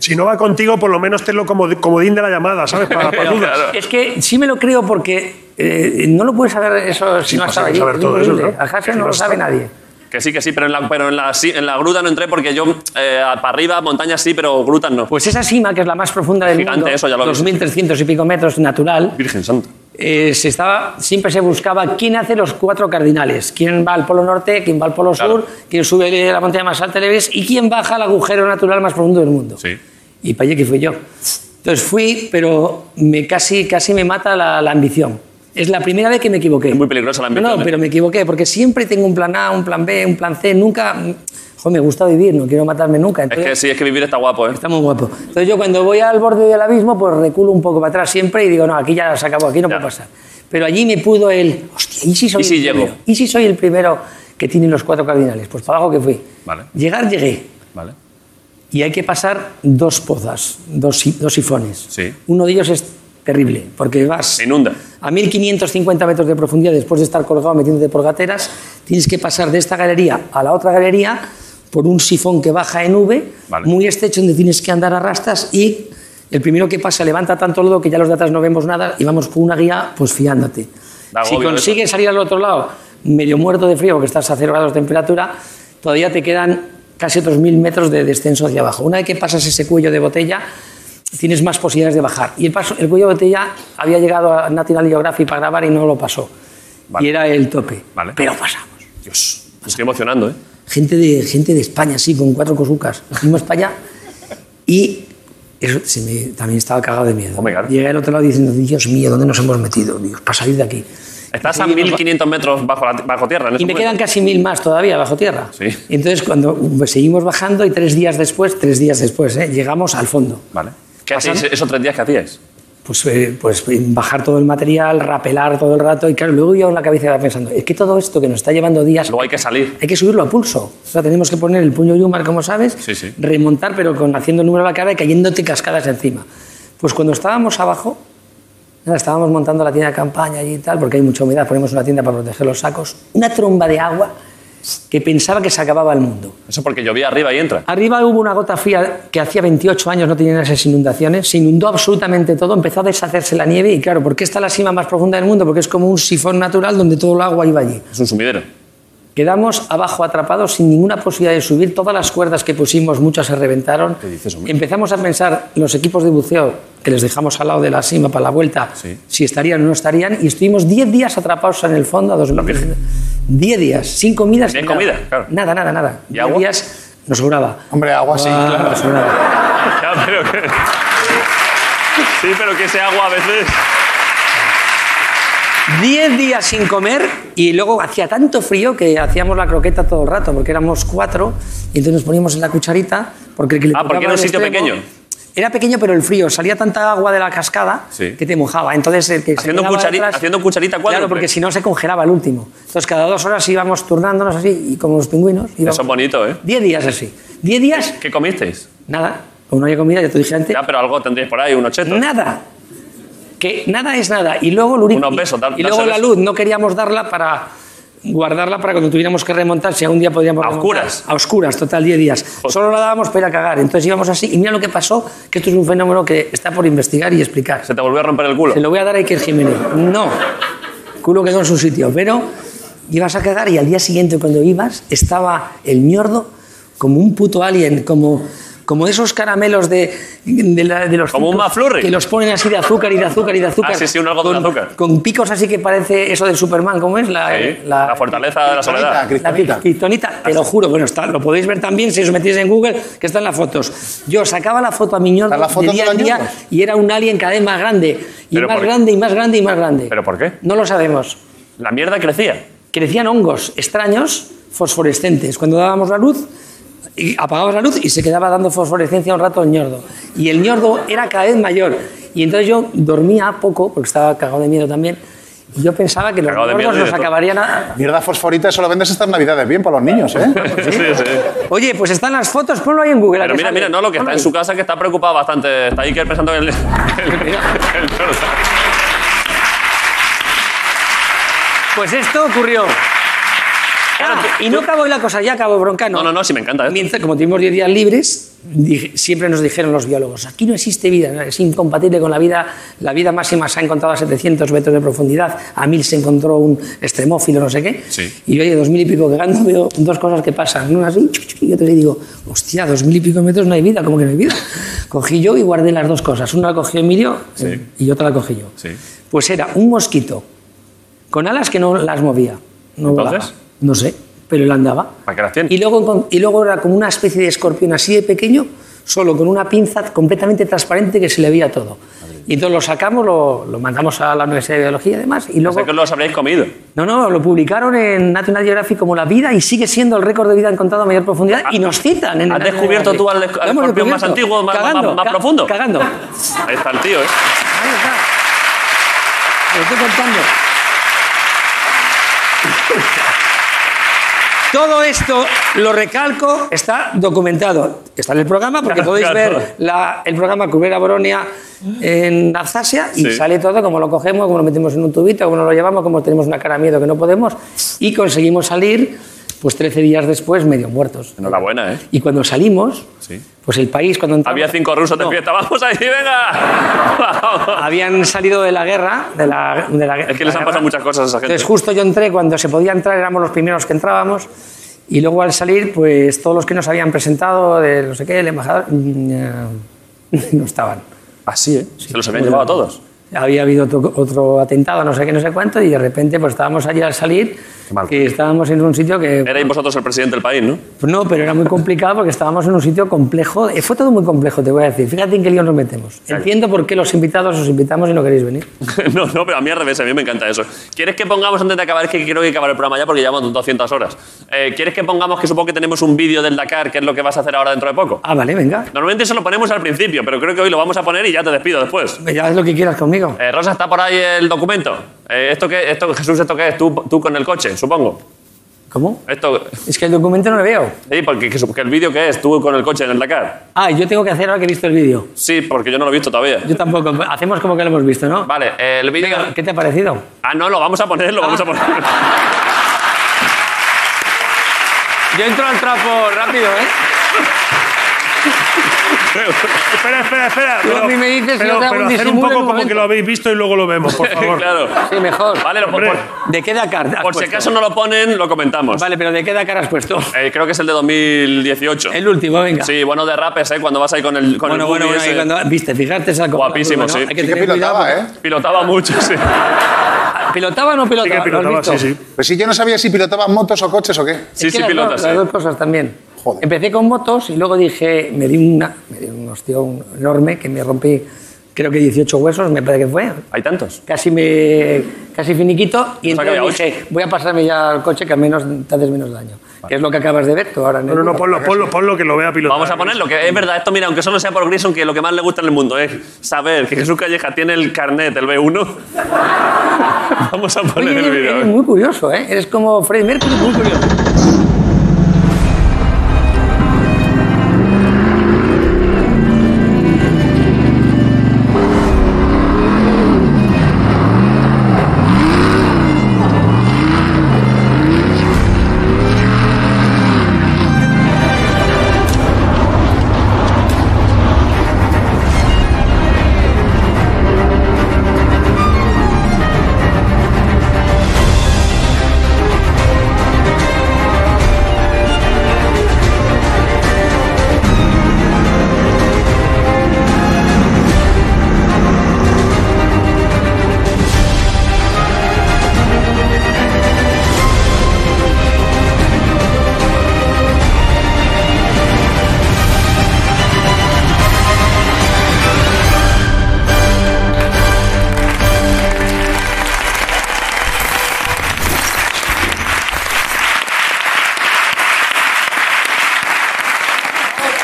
[SPEAKER 3] Si no va contigo, por lo menos tenlo como comodín de la llamada, ¿sabes? Para, para dudas.
[SPEAKER 1] Claro.
[SPEAKER 6] Es que sí me lo creo porque eh, no lo puedes saber eso si no has
[SPEAKER 3] imposible
[SPEAKER 6] estado allí.
[SPEAKER 3] saber
[SPEAKER 6] Es
[SPEAKER 3] todo eso,
[SPEAKER 6] imposible.
[SPEAKER 3] ¿no?
[SPEAKER 6] Abjasia
[SPEAKER 3] Si
[SPEAKER 6] no
[SPEAKER 3] no
[SPEAKER 6] lo
[SPEAKER 3] has
[SPEAKER 6] sabe
[SPEAKER 3] estado.
[SPEAKER 6] nadie.
[SPEAKER 1] Que sí, que sí, pero en la, pero en la, sí, en la gruta no entré porque yo eh, para arriba, montañas sí, pero grutas no.
[SPEAKER 6] Pues esa cima, que es la más profunda del
[SPEAKER 1] Gigante,
[SPEAKER 6] mundo,
[SPEAKER 1] eso ya lo vi.
[SPEAKER 6] 2.300 y pico metros natural,
[SPEAKER 1] Virgen Santa.
[SPEAKER 6] eh, se estaba, siempre se buscaba quién hace los cuatro cardinales. Quién va al polo norte, quién va al polo
[SPEAKER 1] Claro.
[SPEAKER 6] sur, quién sube la montaña más alta del Everest y quién baja al agujero natural más profundo del mundo.
[SPEAKER 1] Sí.
[SPEAKER 6] Y para allí que fui yo. Entonces fui, pero me casi, casi me mata la, la ambición. Es la primera vez que me equivoqué.
[SPEAKER 1] Es muy peligrosa la ambición,
[SPEAKER 6] No,
[SPEAKER 1] ¿eh?
[SPEAKER 6] pero me equivoqué, porque siempre tengo un plan A, un plan B, un plan C. Nunca. Joder, me gusta vivir, no quiero matarme nunca.
[SPEAKER 1] Es
[SPEAKER 6] Entonces,
[SPEAKER 1] que sí, es que vivir está guapo, ¿eh?
[SPEAKER 6] Está muy guapo. Entonces yo cuando voy al borde del abismo, pues reculo un poco para atrás siempre y digo, no, aquí ya se acabó, aquí no
[SPEAKER 1] Ya.
[SPEAKER 6] puedo pasar. Pero allí me pudo el, hostia, ¿y si soy
[SPEAKER 1] ¿Y si
[SPEAKER 6] el
[SPEAKER 1] llego?
[SPEAKER 6] primero? ¿Y si soy el primero que tiene los cuatro cardinales? Pues para abajo que fui.
[SPEAKER 1] Vale.
[SPEAKER 6] Llegar, llegué.
[SPEAKER 1] Vale.
[SPEAKER 6] Y hay que pasar dos pozas, dos, si- dos sifones.
[SPEAKER 1] Sí.
[SPEAKER 6] Uno de ellos es terrible, porque vas
[SPEAKER 1] Se inunda.
[SPEAKER 6] a 1550 metros de profundidad después de estar colgado metiéndote por gateras, tienes que pasar de esta galería a la otra galería por un sifón que baja en V,
[SPEAKER 1] Vale.
[SPEAKER 6] muy estrecho, donde tienes que andar a rastas y el primero que pasa levanta tanto lodo que ya los de atrás no vemos nada y vamos con una guía pues fiándote.
[SPEAKER 1] Da
[SPEAKER 6] Si
[SPEAKER 1] agobio
[SPEAKER 6] consigues salir al otro lado medio muerto de frío porque estás a cero grados de temperatura, todavía te quedan casi otros mil metros de descenso hacia abajo. Una vez que pasas ese cuello de botella, tienes más posibilidades de bajar. Y el, paso, el cuello de botella había llegado a National Geographic para grabar y no lo pasó.
[SPEAKER 1] Vale.
[SPEAKER 6] Y era el tope.
[SPEAKER 1] Vale.
[SPEAKER 6] Pero pasamos.
[SPEAKER 1] Dios, me estoy emocionando, ¿eh?
[SPEAKER 6] Gente de, gente de España, sí, con cuatro cosucas. Fuimos para allá y eso se me- también estaba cagado de miedo.
[SPEAKER 1] Hombre, claro.
[SPEAKER 6] Llegué al otro lado diciendo, Dios mío, ¿dónde nos hemos metido? Dios, para salir de aquí.
[SPEAKER 1] Estás
[SPEAKER 6] Y
[SPEAKER 1] a
[SPEAKER 6] seguimos-
[SPEAKER 1] 1500 metros bajo, la- bajo tierra, en
[SPEAKER 6] y
[SPEAKER 1] ese
[SPEAKER 6] me
[SPEAKER 1] momento.
[SPEAKER 6] quedan casi mil más todavía bajo tierra.
[SPEAKER 1] Sí.
[SPEAKER 6] Y Entonces, cuando pues, seguimos bajando y tres días después, tres días después, ¿eh? llegamos al fondo.
[SPEAKER 1] Vale. ¿Qué
[SPEAKER 6] Pasan-
[SPEAKER 1] hacéis esos tres días que hacíais?
[SPEAKER 6] Pues, eh, pues bajar todo el material, rapelar todo el rato. Y claro, luego yo en la cabeza iba pensando, es que todo esto que nos está llevando días,
[SPEAKER 1] Luego hay que salir.
[SPEAKER 6] hay que subirlo a pulso. O sea, tenemos que poner el puño Yumar, como sabes,
[SPEAKER 1] Sí, sí.
[SPEAKER 6] remontar, pero con haciendo el número a la cara y cayéndote cascadas encima. Pues cuando estábamos abajo, nada, estábamos montando la tienda de campaña allí y tal, porque hay mucha humedad, ponemos una tienda para proteger los sacos, una tromba de agua que pensaba que se acababa el mundo.
[SPEAKER 1] Eso porque llovía arriba y entra.
[SPEAKER 6] Arriba hubo una gota fría que hacía 28 años no tenían esas inundaciones, se inundó absolutamente todo, empezó a deshacerse la nieve y claro, ¿por qué está la cima más profunda del mundo? Porque es como un sifón natural donde todo el agua iba allí.
[SPEAKER 1] Es un sumidero.
[SPEAKER 6] Quedamos abajo atrapados sin ninguna posibilidad de subir. Todas las cuerdas que pusimos, muchas se reventaron.
[SPEAKER 1] ¿Qué dices, hombre?
[SPEAKER 6] Empezamos a pensar los equipos de buceo que les dejamos al lado de la cima para la vuelta,
[SPEAKER 1] Sí.
[SPEAKER 6] si estarían o no estarían. Y estuvimos 10 días atrapados en el fondo a dos
[SPEAKER 1] Virgen.
[SPEAKER 6] 10 días, sin comida. sin
[SPEAKER 1] ¿Teníais
[SPEAKER 6] nada.
[SPEAKER 1] comida? Claro.
[SPEAKER 6] Nada, nada, nada.
[SPEAKER 1] ¿Y
[SPEAKER 6] 10
[SPEAKER 1] agua?
[SPEAKER 6] días nos sobraba.
[SPEAKER 2] Hombre, agua sí,
[SPEAKER 6] Ah,
[SPEAKER 2] claro.
[SPEAKER 6] nos sobraba.
[SPEAKER 1] Ya, pero que... Sí, pero que ese agua a veces...
[SPEAKER 6] 10 días sin comer y luego hacía tanto frío que hacíamos la croqueta todo el rato porque éramos cuatro y entonces nos poníamos en la cucharita porque el que le
[SPEAKER 1] Ah, porque era
[SPEAKER 6] tocaba
[SPEAKER 1] un
[SPEAKER 6] el
[SPEAKER 1] sitio
[SPEAKER 6] extremo-
[SPEAKER 1] pequeño.
[SPEAKER 6] Era pequeño pero el frío, salía tanta agua de la cascada
[SPEAKER 1] Sí.
[SPEAKER 6] que te mojaba. Entonces el que se
[SPEAKER 1] Haciendo
[SPEAKER 6] quedaba
[SPEAKER 1] cuchari-
[SPEAKER 6] detrás-
[SPEAKER 1] haciendo cucharita pues.
[SPEAKER 6] Claro,
[SPEAKER 1] cuádruple.
[SPEAKER 6] porque si no se congelaba el último. Entonces cada dos horas íbamos turnándonos así y como los pingüinos.
[SPEAKER 1] Eso
[SPEAKER 6] Íbamos...
[SPEAKER 1] es bonito, ¿eh?
[SPEAKER 6] 10 días así. 10 días,
[SPEAKER 1] ¿Qué comisteis?
[SPEAKER 6] nada. Como no había comida, ya te dije antes.
[SPEAKER 1] Ya, pero algo tendréis por ahí, unos chetos.
[SPEAKER 6] Nada. Que nada es nada. Y luego, Luri,
[SPEAKER 1] Unos besos, dar-
[SPEAKER 6] y luego
[SPEAKER 1] darse
[SPEAKER 6] la
[SPEAKER 1] besos.
[SPEAKER 6] luz, no queríamos darla para guardarla para cuando tuviéramos que remontar, si algún día podíamos
[SPEAKER 1] A
[SPEAKER 6] remontar.
[SPEAKER 1] oscuras.
[SPEAKER 6] A oscuras, total, 10 días. Solo la dábamos para ir a cagar. Entonces íbamos así. Y mira lo que pasó, que esto es un fenómeno que está por investigar y explicar.
[SPEAKER 1] Se te volvió a romper el culo.
[SPEAKER 6] Se lo voy a dar a Iker Jiménez. No. Culo quedó en su sitio. Pero ibas a cagar y al día siguiente cuando ibas estaba el ñordo como un puto alien, como, como esos caramelos de, de, la- de los...
[SPEAKER 1] Como un
[SPEAKER 6] circos
[SPEAKER 1] McFlurry.
[SPEAKER 6] Que los ponen así de azúcar y de azúcar y de azúcar.
[SPEAKER 1] Ah, sí, sí, un algodón de
[SPEAKER 6] con,
[SPEAKER 1] azúcar.
[SPEAKER 6] Con picos así que parece eso del Superman. ¿Cómo es? La,
[SPEAKER 1] Ahí, la fortaleza de la soledad.
[SPEAKER 6] la criptonita, te lo juro, bueno, está, lo podéis ver también si os metís en Google, que están las fotos. Yo sacaba la foto a mi ñordo
[SPEAKER 2] ¿Están las
[SPEAKER 6] de
[SPEAKER 2] fotos
[SPEAKER 6] día
[SPEAKER 2] de
[SPEAKER 6] a
[SPEAKER 2] los
[SPEAKER 6] día
[SPEAKER 2] ñordos?
[SPEAKER 6] y era un alien cada vez más grande, y
[SPEAKER 1] ¿Pero
[SPEAKER 6] más
[SPEAKER 1] por qué?
[SPEAKER 6] grande, y más grande, y más grande.
[SPEAKER 1] ¿Pero por qué?
[SPEAKER 6] No lo sabemos.
[SPEAKER 1] La mierda crecía.
[SPEAKER 6] Crecían hongos extraños, fosforescentes. Cuando dábamos la luz, y apagabas la luz y se quedaba dando fosforescencia un rato el ñordo. Y el ñordo era cada vez mayor. Y entonces yo dormía poco, porque estaba cagado de miedo también, y yo pensaba que los
[SPEAKER 1] Cagado de miedo
[SPEAKER 6] ñordos
[SPEAKER 1] y de
[SPEAKER 6] nos
[SPEAKER 1] todo.
[SPEAKER 6] acabarían a-
[SPEAKER 2] Mierda fosforita, eso lo vendes estas navidades bien para los niños, ¿eh?
[SPEAKER 1] Sí, sí.
[SPEAKER 6] Oye, pues están las fotos, ponlo ahí en Google.
[SPEAKER 1] Pero mira, mira, no, lo que está en su
[SPEAKER 6] casa.
[SPEAKER 1] casa que está preocupado bastante. Está Iker pensando en el... el-
[SPEAKER 6] Pues esto ocurrió. Ah, y no acabó la cosa, ya acabó broncano.
[SPEAKER 1] No, no, no, sí me encanta. ¿eh? esto.
[SPEAKER 6] Mientras, como tuvimos 10 días libres, dije- siempre nos dijeron los biólogos, aquí no existe vida, ¿no? es incompatible con la vida, la vida máxima se ha encontrado a 700 metros de profundidad, a 1000 se encontró un extremófilo, no sé qué,
[SPEAKER 1] Sí.
[SPEAKER 6] y yo de 2000 y pico quedando veo dos cosas que pasan, una así, chuc, chuc, y otra y digo, hostia, 2000 y pico metros no hay vida, ¿cómo que no hay vida? Cogí yo y guardé las dos cosas, una la cogió Emilio eh, y otra la cogí yo.
[SPEAKER 1] Sí.
[SPEAKER 6] Pues era un mosquito con alas que no las movía, no volaba.
[SPEAKER 1] ¿Entonces?
[SPEAKER 6] No sé, pero él andaba.
[SPEAKER 1] ¿Para qué las tiene?
[SPEAKER 6] Y luego, encon- y luego era como una especie de escorpión así de pequeño, solo con una pinza completamente transparente que se le veía todo. Y entonces lo sacamos, lo, lo mandamos a la Universidad de Biología y demás. Y
[SPEAKER 1] O sea
[SPEAKER 6] luego,
[SPEAKER 1] que los habréis comido.
[SPEAKER 6] no, no, lo publicaron en National Geographic como la vida y sigue siendo el récord de vida encontrado a mayor profundidad.
[SPEAKER 1] Ah,
[SPEAKER 6] y nos citan en
[SPEAKER 1] ¿has
[SPEAKER 6] National
[SPEAKER 1] descubierto tú al- al
[SPEAKER 6] Geographic. Lo hemos
[SPEAKER 1] escorpión más
[SPEAKER 6] descubierto.
[SPEAKER 1] antiguo, más- más-
[SPEAKER 6] Cagando,
[SPEAKER 1] más
[SPEAKER 6] ca-
[SPEAKER 1] profundo?
[SPEAKER 6] Cagando.
[SPEAKER 1] Ahí está el tío, ¿eh?
[SPEAKER 6] Ahí está. Lo estoy contando. Todo esto, lo recalco, está documentado. Está en el programa porque
[SPEAKER 1] Claro,
[SPEAKER 6] podéis
[SPEAKER 1] claro.
[SPEAKER 6] ver la- el programa Cubera Boronia en Alsacia y
[SPEAKER 1] Sí.
[SPEAKER 6] sale todo como lo cogemos, como lo metimos en un tubito, como lo llevamos, como tenemos una cara de miedo que no podemos y conseguimos salir pues 13 días después medio muertos.
[SPEAKER 1] Enhorabuena, ¿eh?
[SPEAKER 6] Y cuando salimos,
[SPEAKER 1] Sí.
[SPEAKER 6] pues el país cuando entramos,
[SPEAKER 1] Había cinco rusos de
[SPEAKER 6] No,
[SPEAKER 1] fiesta. ¡Vamos ahí, venga!
[SPEAKER 6] habían salido de la guerra, de la, de la
[SPEAKER 1] es que les han pasado muchas cosas a esa gente.
[SPEAKER 6] Entonces justo yo entré cuando se podía entrar, éramos los primeros que entrábamos y luego al salir, pues todos los que nos habían presentado, de no sé qué, el embajador, mm, eh, no estaban.
[SPEAKER 1] Así, ¿eh? Se los habían
[SPEAKER 6] Muy
[SPEAKER 1] llevado a
[SPEAKER 6] bien.
[SPEAKER 1] todos.
[SPEAKER 6] Había habido otro, otro atentado, no sé qué, no sé cuánto, y de repente pues estábamos allí al salir,
[SPEAKER 1] mal. Eh.
[SPEAKER 6] que estábamos en un sitio que...
[SPEAKER 1] Erais vosotros el presidente del país, ¿no?
[SPEAKER 6] No, pero era muy complicado porque estábamos en un sitio complejo. Eh, Fue todo muy complejo, te voy a decir. Fíjate en qué lío nos metemos. Entiendo por qué los invitados os invitamos y no queréis venir.
[SPEAKER 1] No, no, pero a mí al revés, a mí me encanta eso. ¿Quieres que pongamos, antes de acabar, es que quiero que acabar el programa ya porque llevamos 200 horas. Eh, ¿Quieres que pongamos que supongo que tenemos un vídeo del Dakar, que es lo que vas a hacer ahora dentro de poco?
[SPEAKER 6] Ah, vale, venga.
[SPEAKER 1] Normalmente eso lo ponemos al principio, pero creo que hoy lo vamos a poner y ya te despido después.
[SPEAKER 6] Ya haz lo que quieras conmigo.
[SPEAKER 1] Eh, Rosa, ¿está por ahí el documento? Eh, ¿Esto qué, esto, Jesús, ¿esto qué es? ¿Tú, tú con el coche, supongo.
[SPEAKER 6] ¿Cómo?
[SPEAKER 1] Esto,
[SPEAKER 6] Es que el documento no lo veo.
[SPEAKER 1] sí, porque que su- que el vídeo qué es, tú con el coche en el Dakar.
[SPEAKER 6] Ah, yo tengo que hacer ahora que he visto el vídeo.
[SPEAKER 1] Sí, porque yo no lo he visto todavía.
[SPEAKER 6] Yo tampoco. Hacemos como que lo hemos visto, ¿no?
[SPEAKER 1] Vale, eh, el vídeo...
[SPEAKER 6] Venga, ¿Qué te ha parecido?
[SPEAKER 1] Ah, no, lo vamos a poner, lo
[SPEAKER 6] Ah.
[SPEAKER 1] vamos a poner.
[SPEAKER 6] Yo entro al trapo rápido, ¿eh?
[SPEAKER 3] Espera, espera, espera.
[SPEAKER 6] Tú a mí me dices si
[SPEAKER 3] pero,
[SPEAKER 6] yo te hago
[SPEAKER 3] pero
[SPEAKER 6] un
[SPEAKER 3] hacer un poco
[SPEAKER 6] disimulo en un
[SPEAKER 3] como que
[SPEAKER 6] momento.
[SPEAKER 3] lo habéis visto y luego lo vemos, por favor.
[SPEAKER 1] claro.
[SPEAKER 6] Sí, mejor.
[SPEAKER 1] Vale, lo- por,
[SPEAKER 3] Hombre.
[SPEAKER 1] por-
[SPEAKER 6] ¿De qué Dakar? has
[SPEAKER 1] por si
[SPEAKER 6] puesto?
[SPEAKER 1] acaso no lo ponen, lo comentamos.
[SPEAKER 6] Vale, pero ¿de qué Dakar has puesto?
[SPEAKER 1] Eh, creo que es el de 2018.
[SPEAKER 6] El último, venga.
[SPEAKER 1] Sí, bueno, de rapes, ¿eh? Cuando vas ahí con el. Con
[SPEAKER 6] bueno,
[SPEAKER 1] el
[SPEAKER 6] bueno,
[SPEAKER 1] buggy
[SPEAKER 6] bueno, ahí
[SPEAKER 1] ese.
[SPEAKER 6] cuando- viste, fijarte esa cosa.
[SPEAKER 1] Guapísimo, sí.
[SPEAKER 6] Hay que
[SPEAKER 2] Sí que
[SPEAKER 6] tener cuidado.
[SPEAKER 2] pilotaba, ¿eh?
[SPEAKER 6] porque- Ah,
[SPEAKER 1] Pilotaba mucho, sí.
[SPEAKER 6] ¿Pilotaba o no
[SPEAKER 3] Sí que
[SPEAKER 6] pilotaba? ¿Lo has
[SPEAKER 3] pilotaba,
[SPEAKER 6] visto?
[SPEAKER 3] sí, sí.
[SPEAKER 2] Pues si yo no sabía si pilotaban motos o coches o qué.
[SPEAKER 6] Es
[SPEAKER 1] Sí,
[SPEAKER 6] que
[SPEAKER 1] sí,
[SPEAKER 6] las
[SPEAKER 1] pilota,
[SPEAKER 6] dos-
[SPEAKER 1] sí.
[SPEAKER 6] Las dos cosas también.
[SPEAKER 2] Joder.
[SPEAKER 6] Empecé con motos y luego dije, me di una, me di un ostión enorme que me rompí, creo que 18 huesos, me parece que fue.
[SPEAKER 1] Hay tantos.
[SPEAKER 6] Casi me, casi finiquito y
[SPEAKER 1] O sea, que
[SPEAKER 6] entonces
[SPEAKER 1] había
[SPEAKER 6] dije, voy a pasarme ya al coche que al menos te haces menos daño. Que es lo que acabas de ver tú ahora. en el
[SPEAKER 3] No, no, no,
[SPEAKER 6] vídeo.
[SPEAKER 3] ponlo, ponlo, ponlo que lo vea pilotar.
[SPEAKER 1] Vamos a ponerlo, que es verdad, esto mira, aunque solo sea por Grison, que lo que más le gusta en el mundo es saber que Jesús Calleja tiene el carnet, el B1. Vamos a
[SPEAKER 6] Oye,
[SPEAKER 1] poner
[SPEAKER 6] eres,
[SPEAKER 1] el
[SPEAKER 6] eres
[SPEAKER 1] vídeo.
[SPEAKER 6] muy curioso, ¿eh? Eres como Freddie Mercury, muy curioso.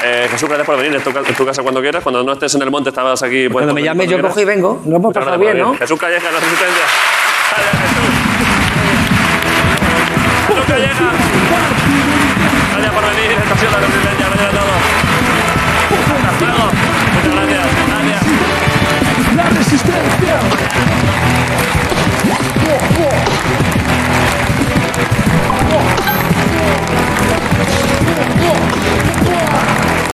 [SPEAKER 1] Eh, Jesús, gracias por venir. Es tu, ca- es tu casa cuando quieras. Cuando no estés en el monte, estabas aquí. puedes
[SPEAKER 6] Pues Cuando me
[SPEAKER 1] venir
[SPEAKER 6] llames yo
[SPEAKER 1] quieras.
[SPEAKER 6] cojo y vengo. Lo hemos
[SPEAKER 1] Muchas gracias
[SPEAKER 6] pasado
[SPEAKER 1] por
[SPEAKER 6] bien, ¿no?
[SPEAKER 1] venir. Jesús Calleja, la resistencia.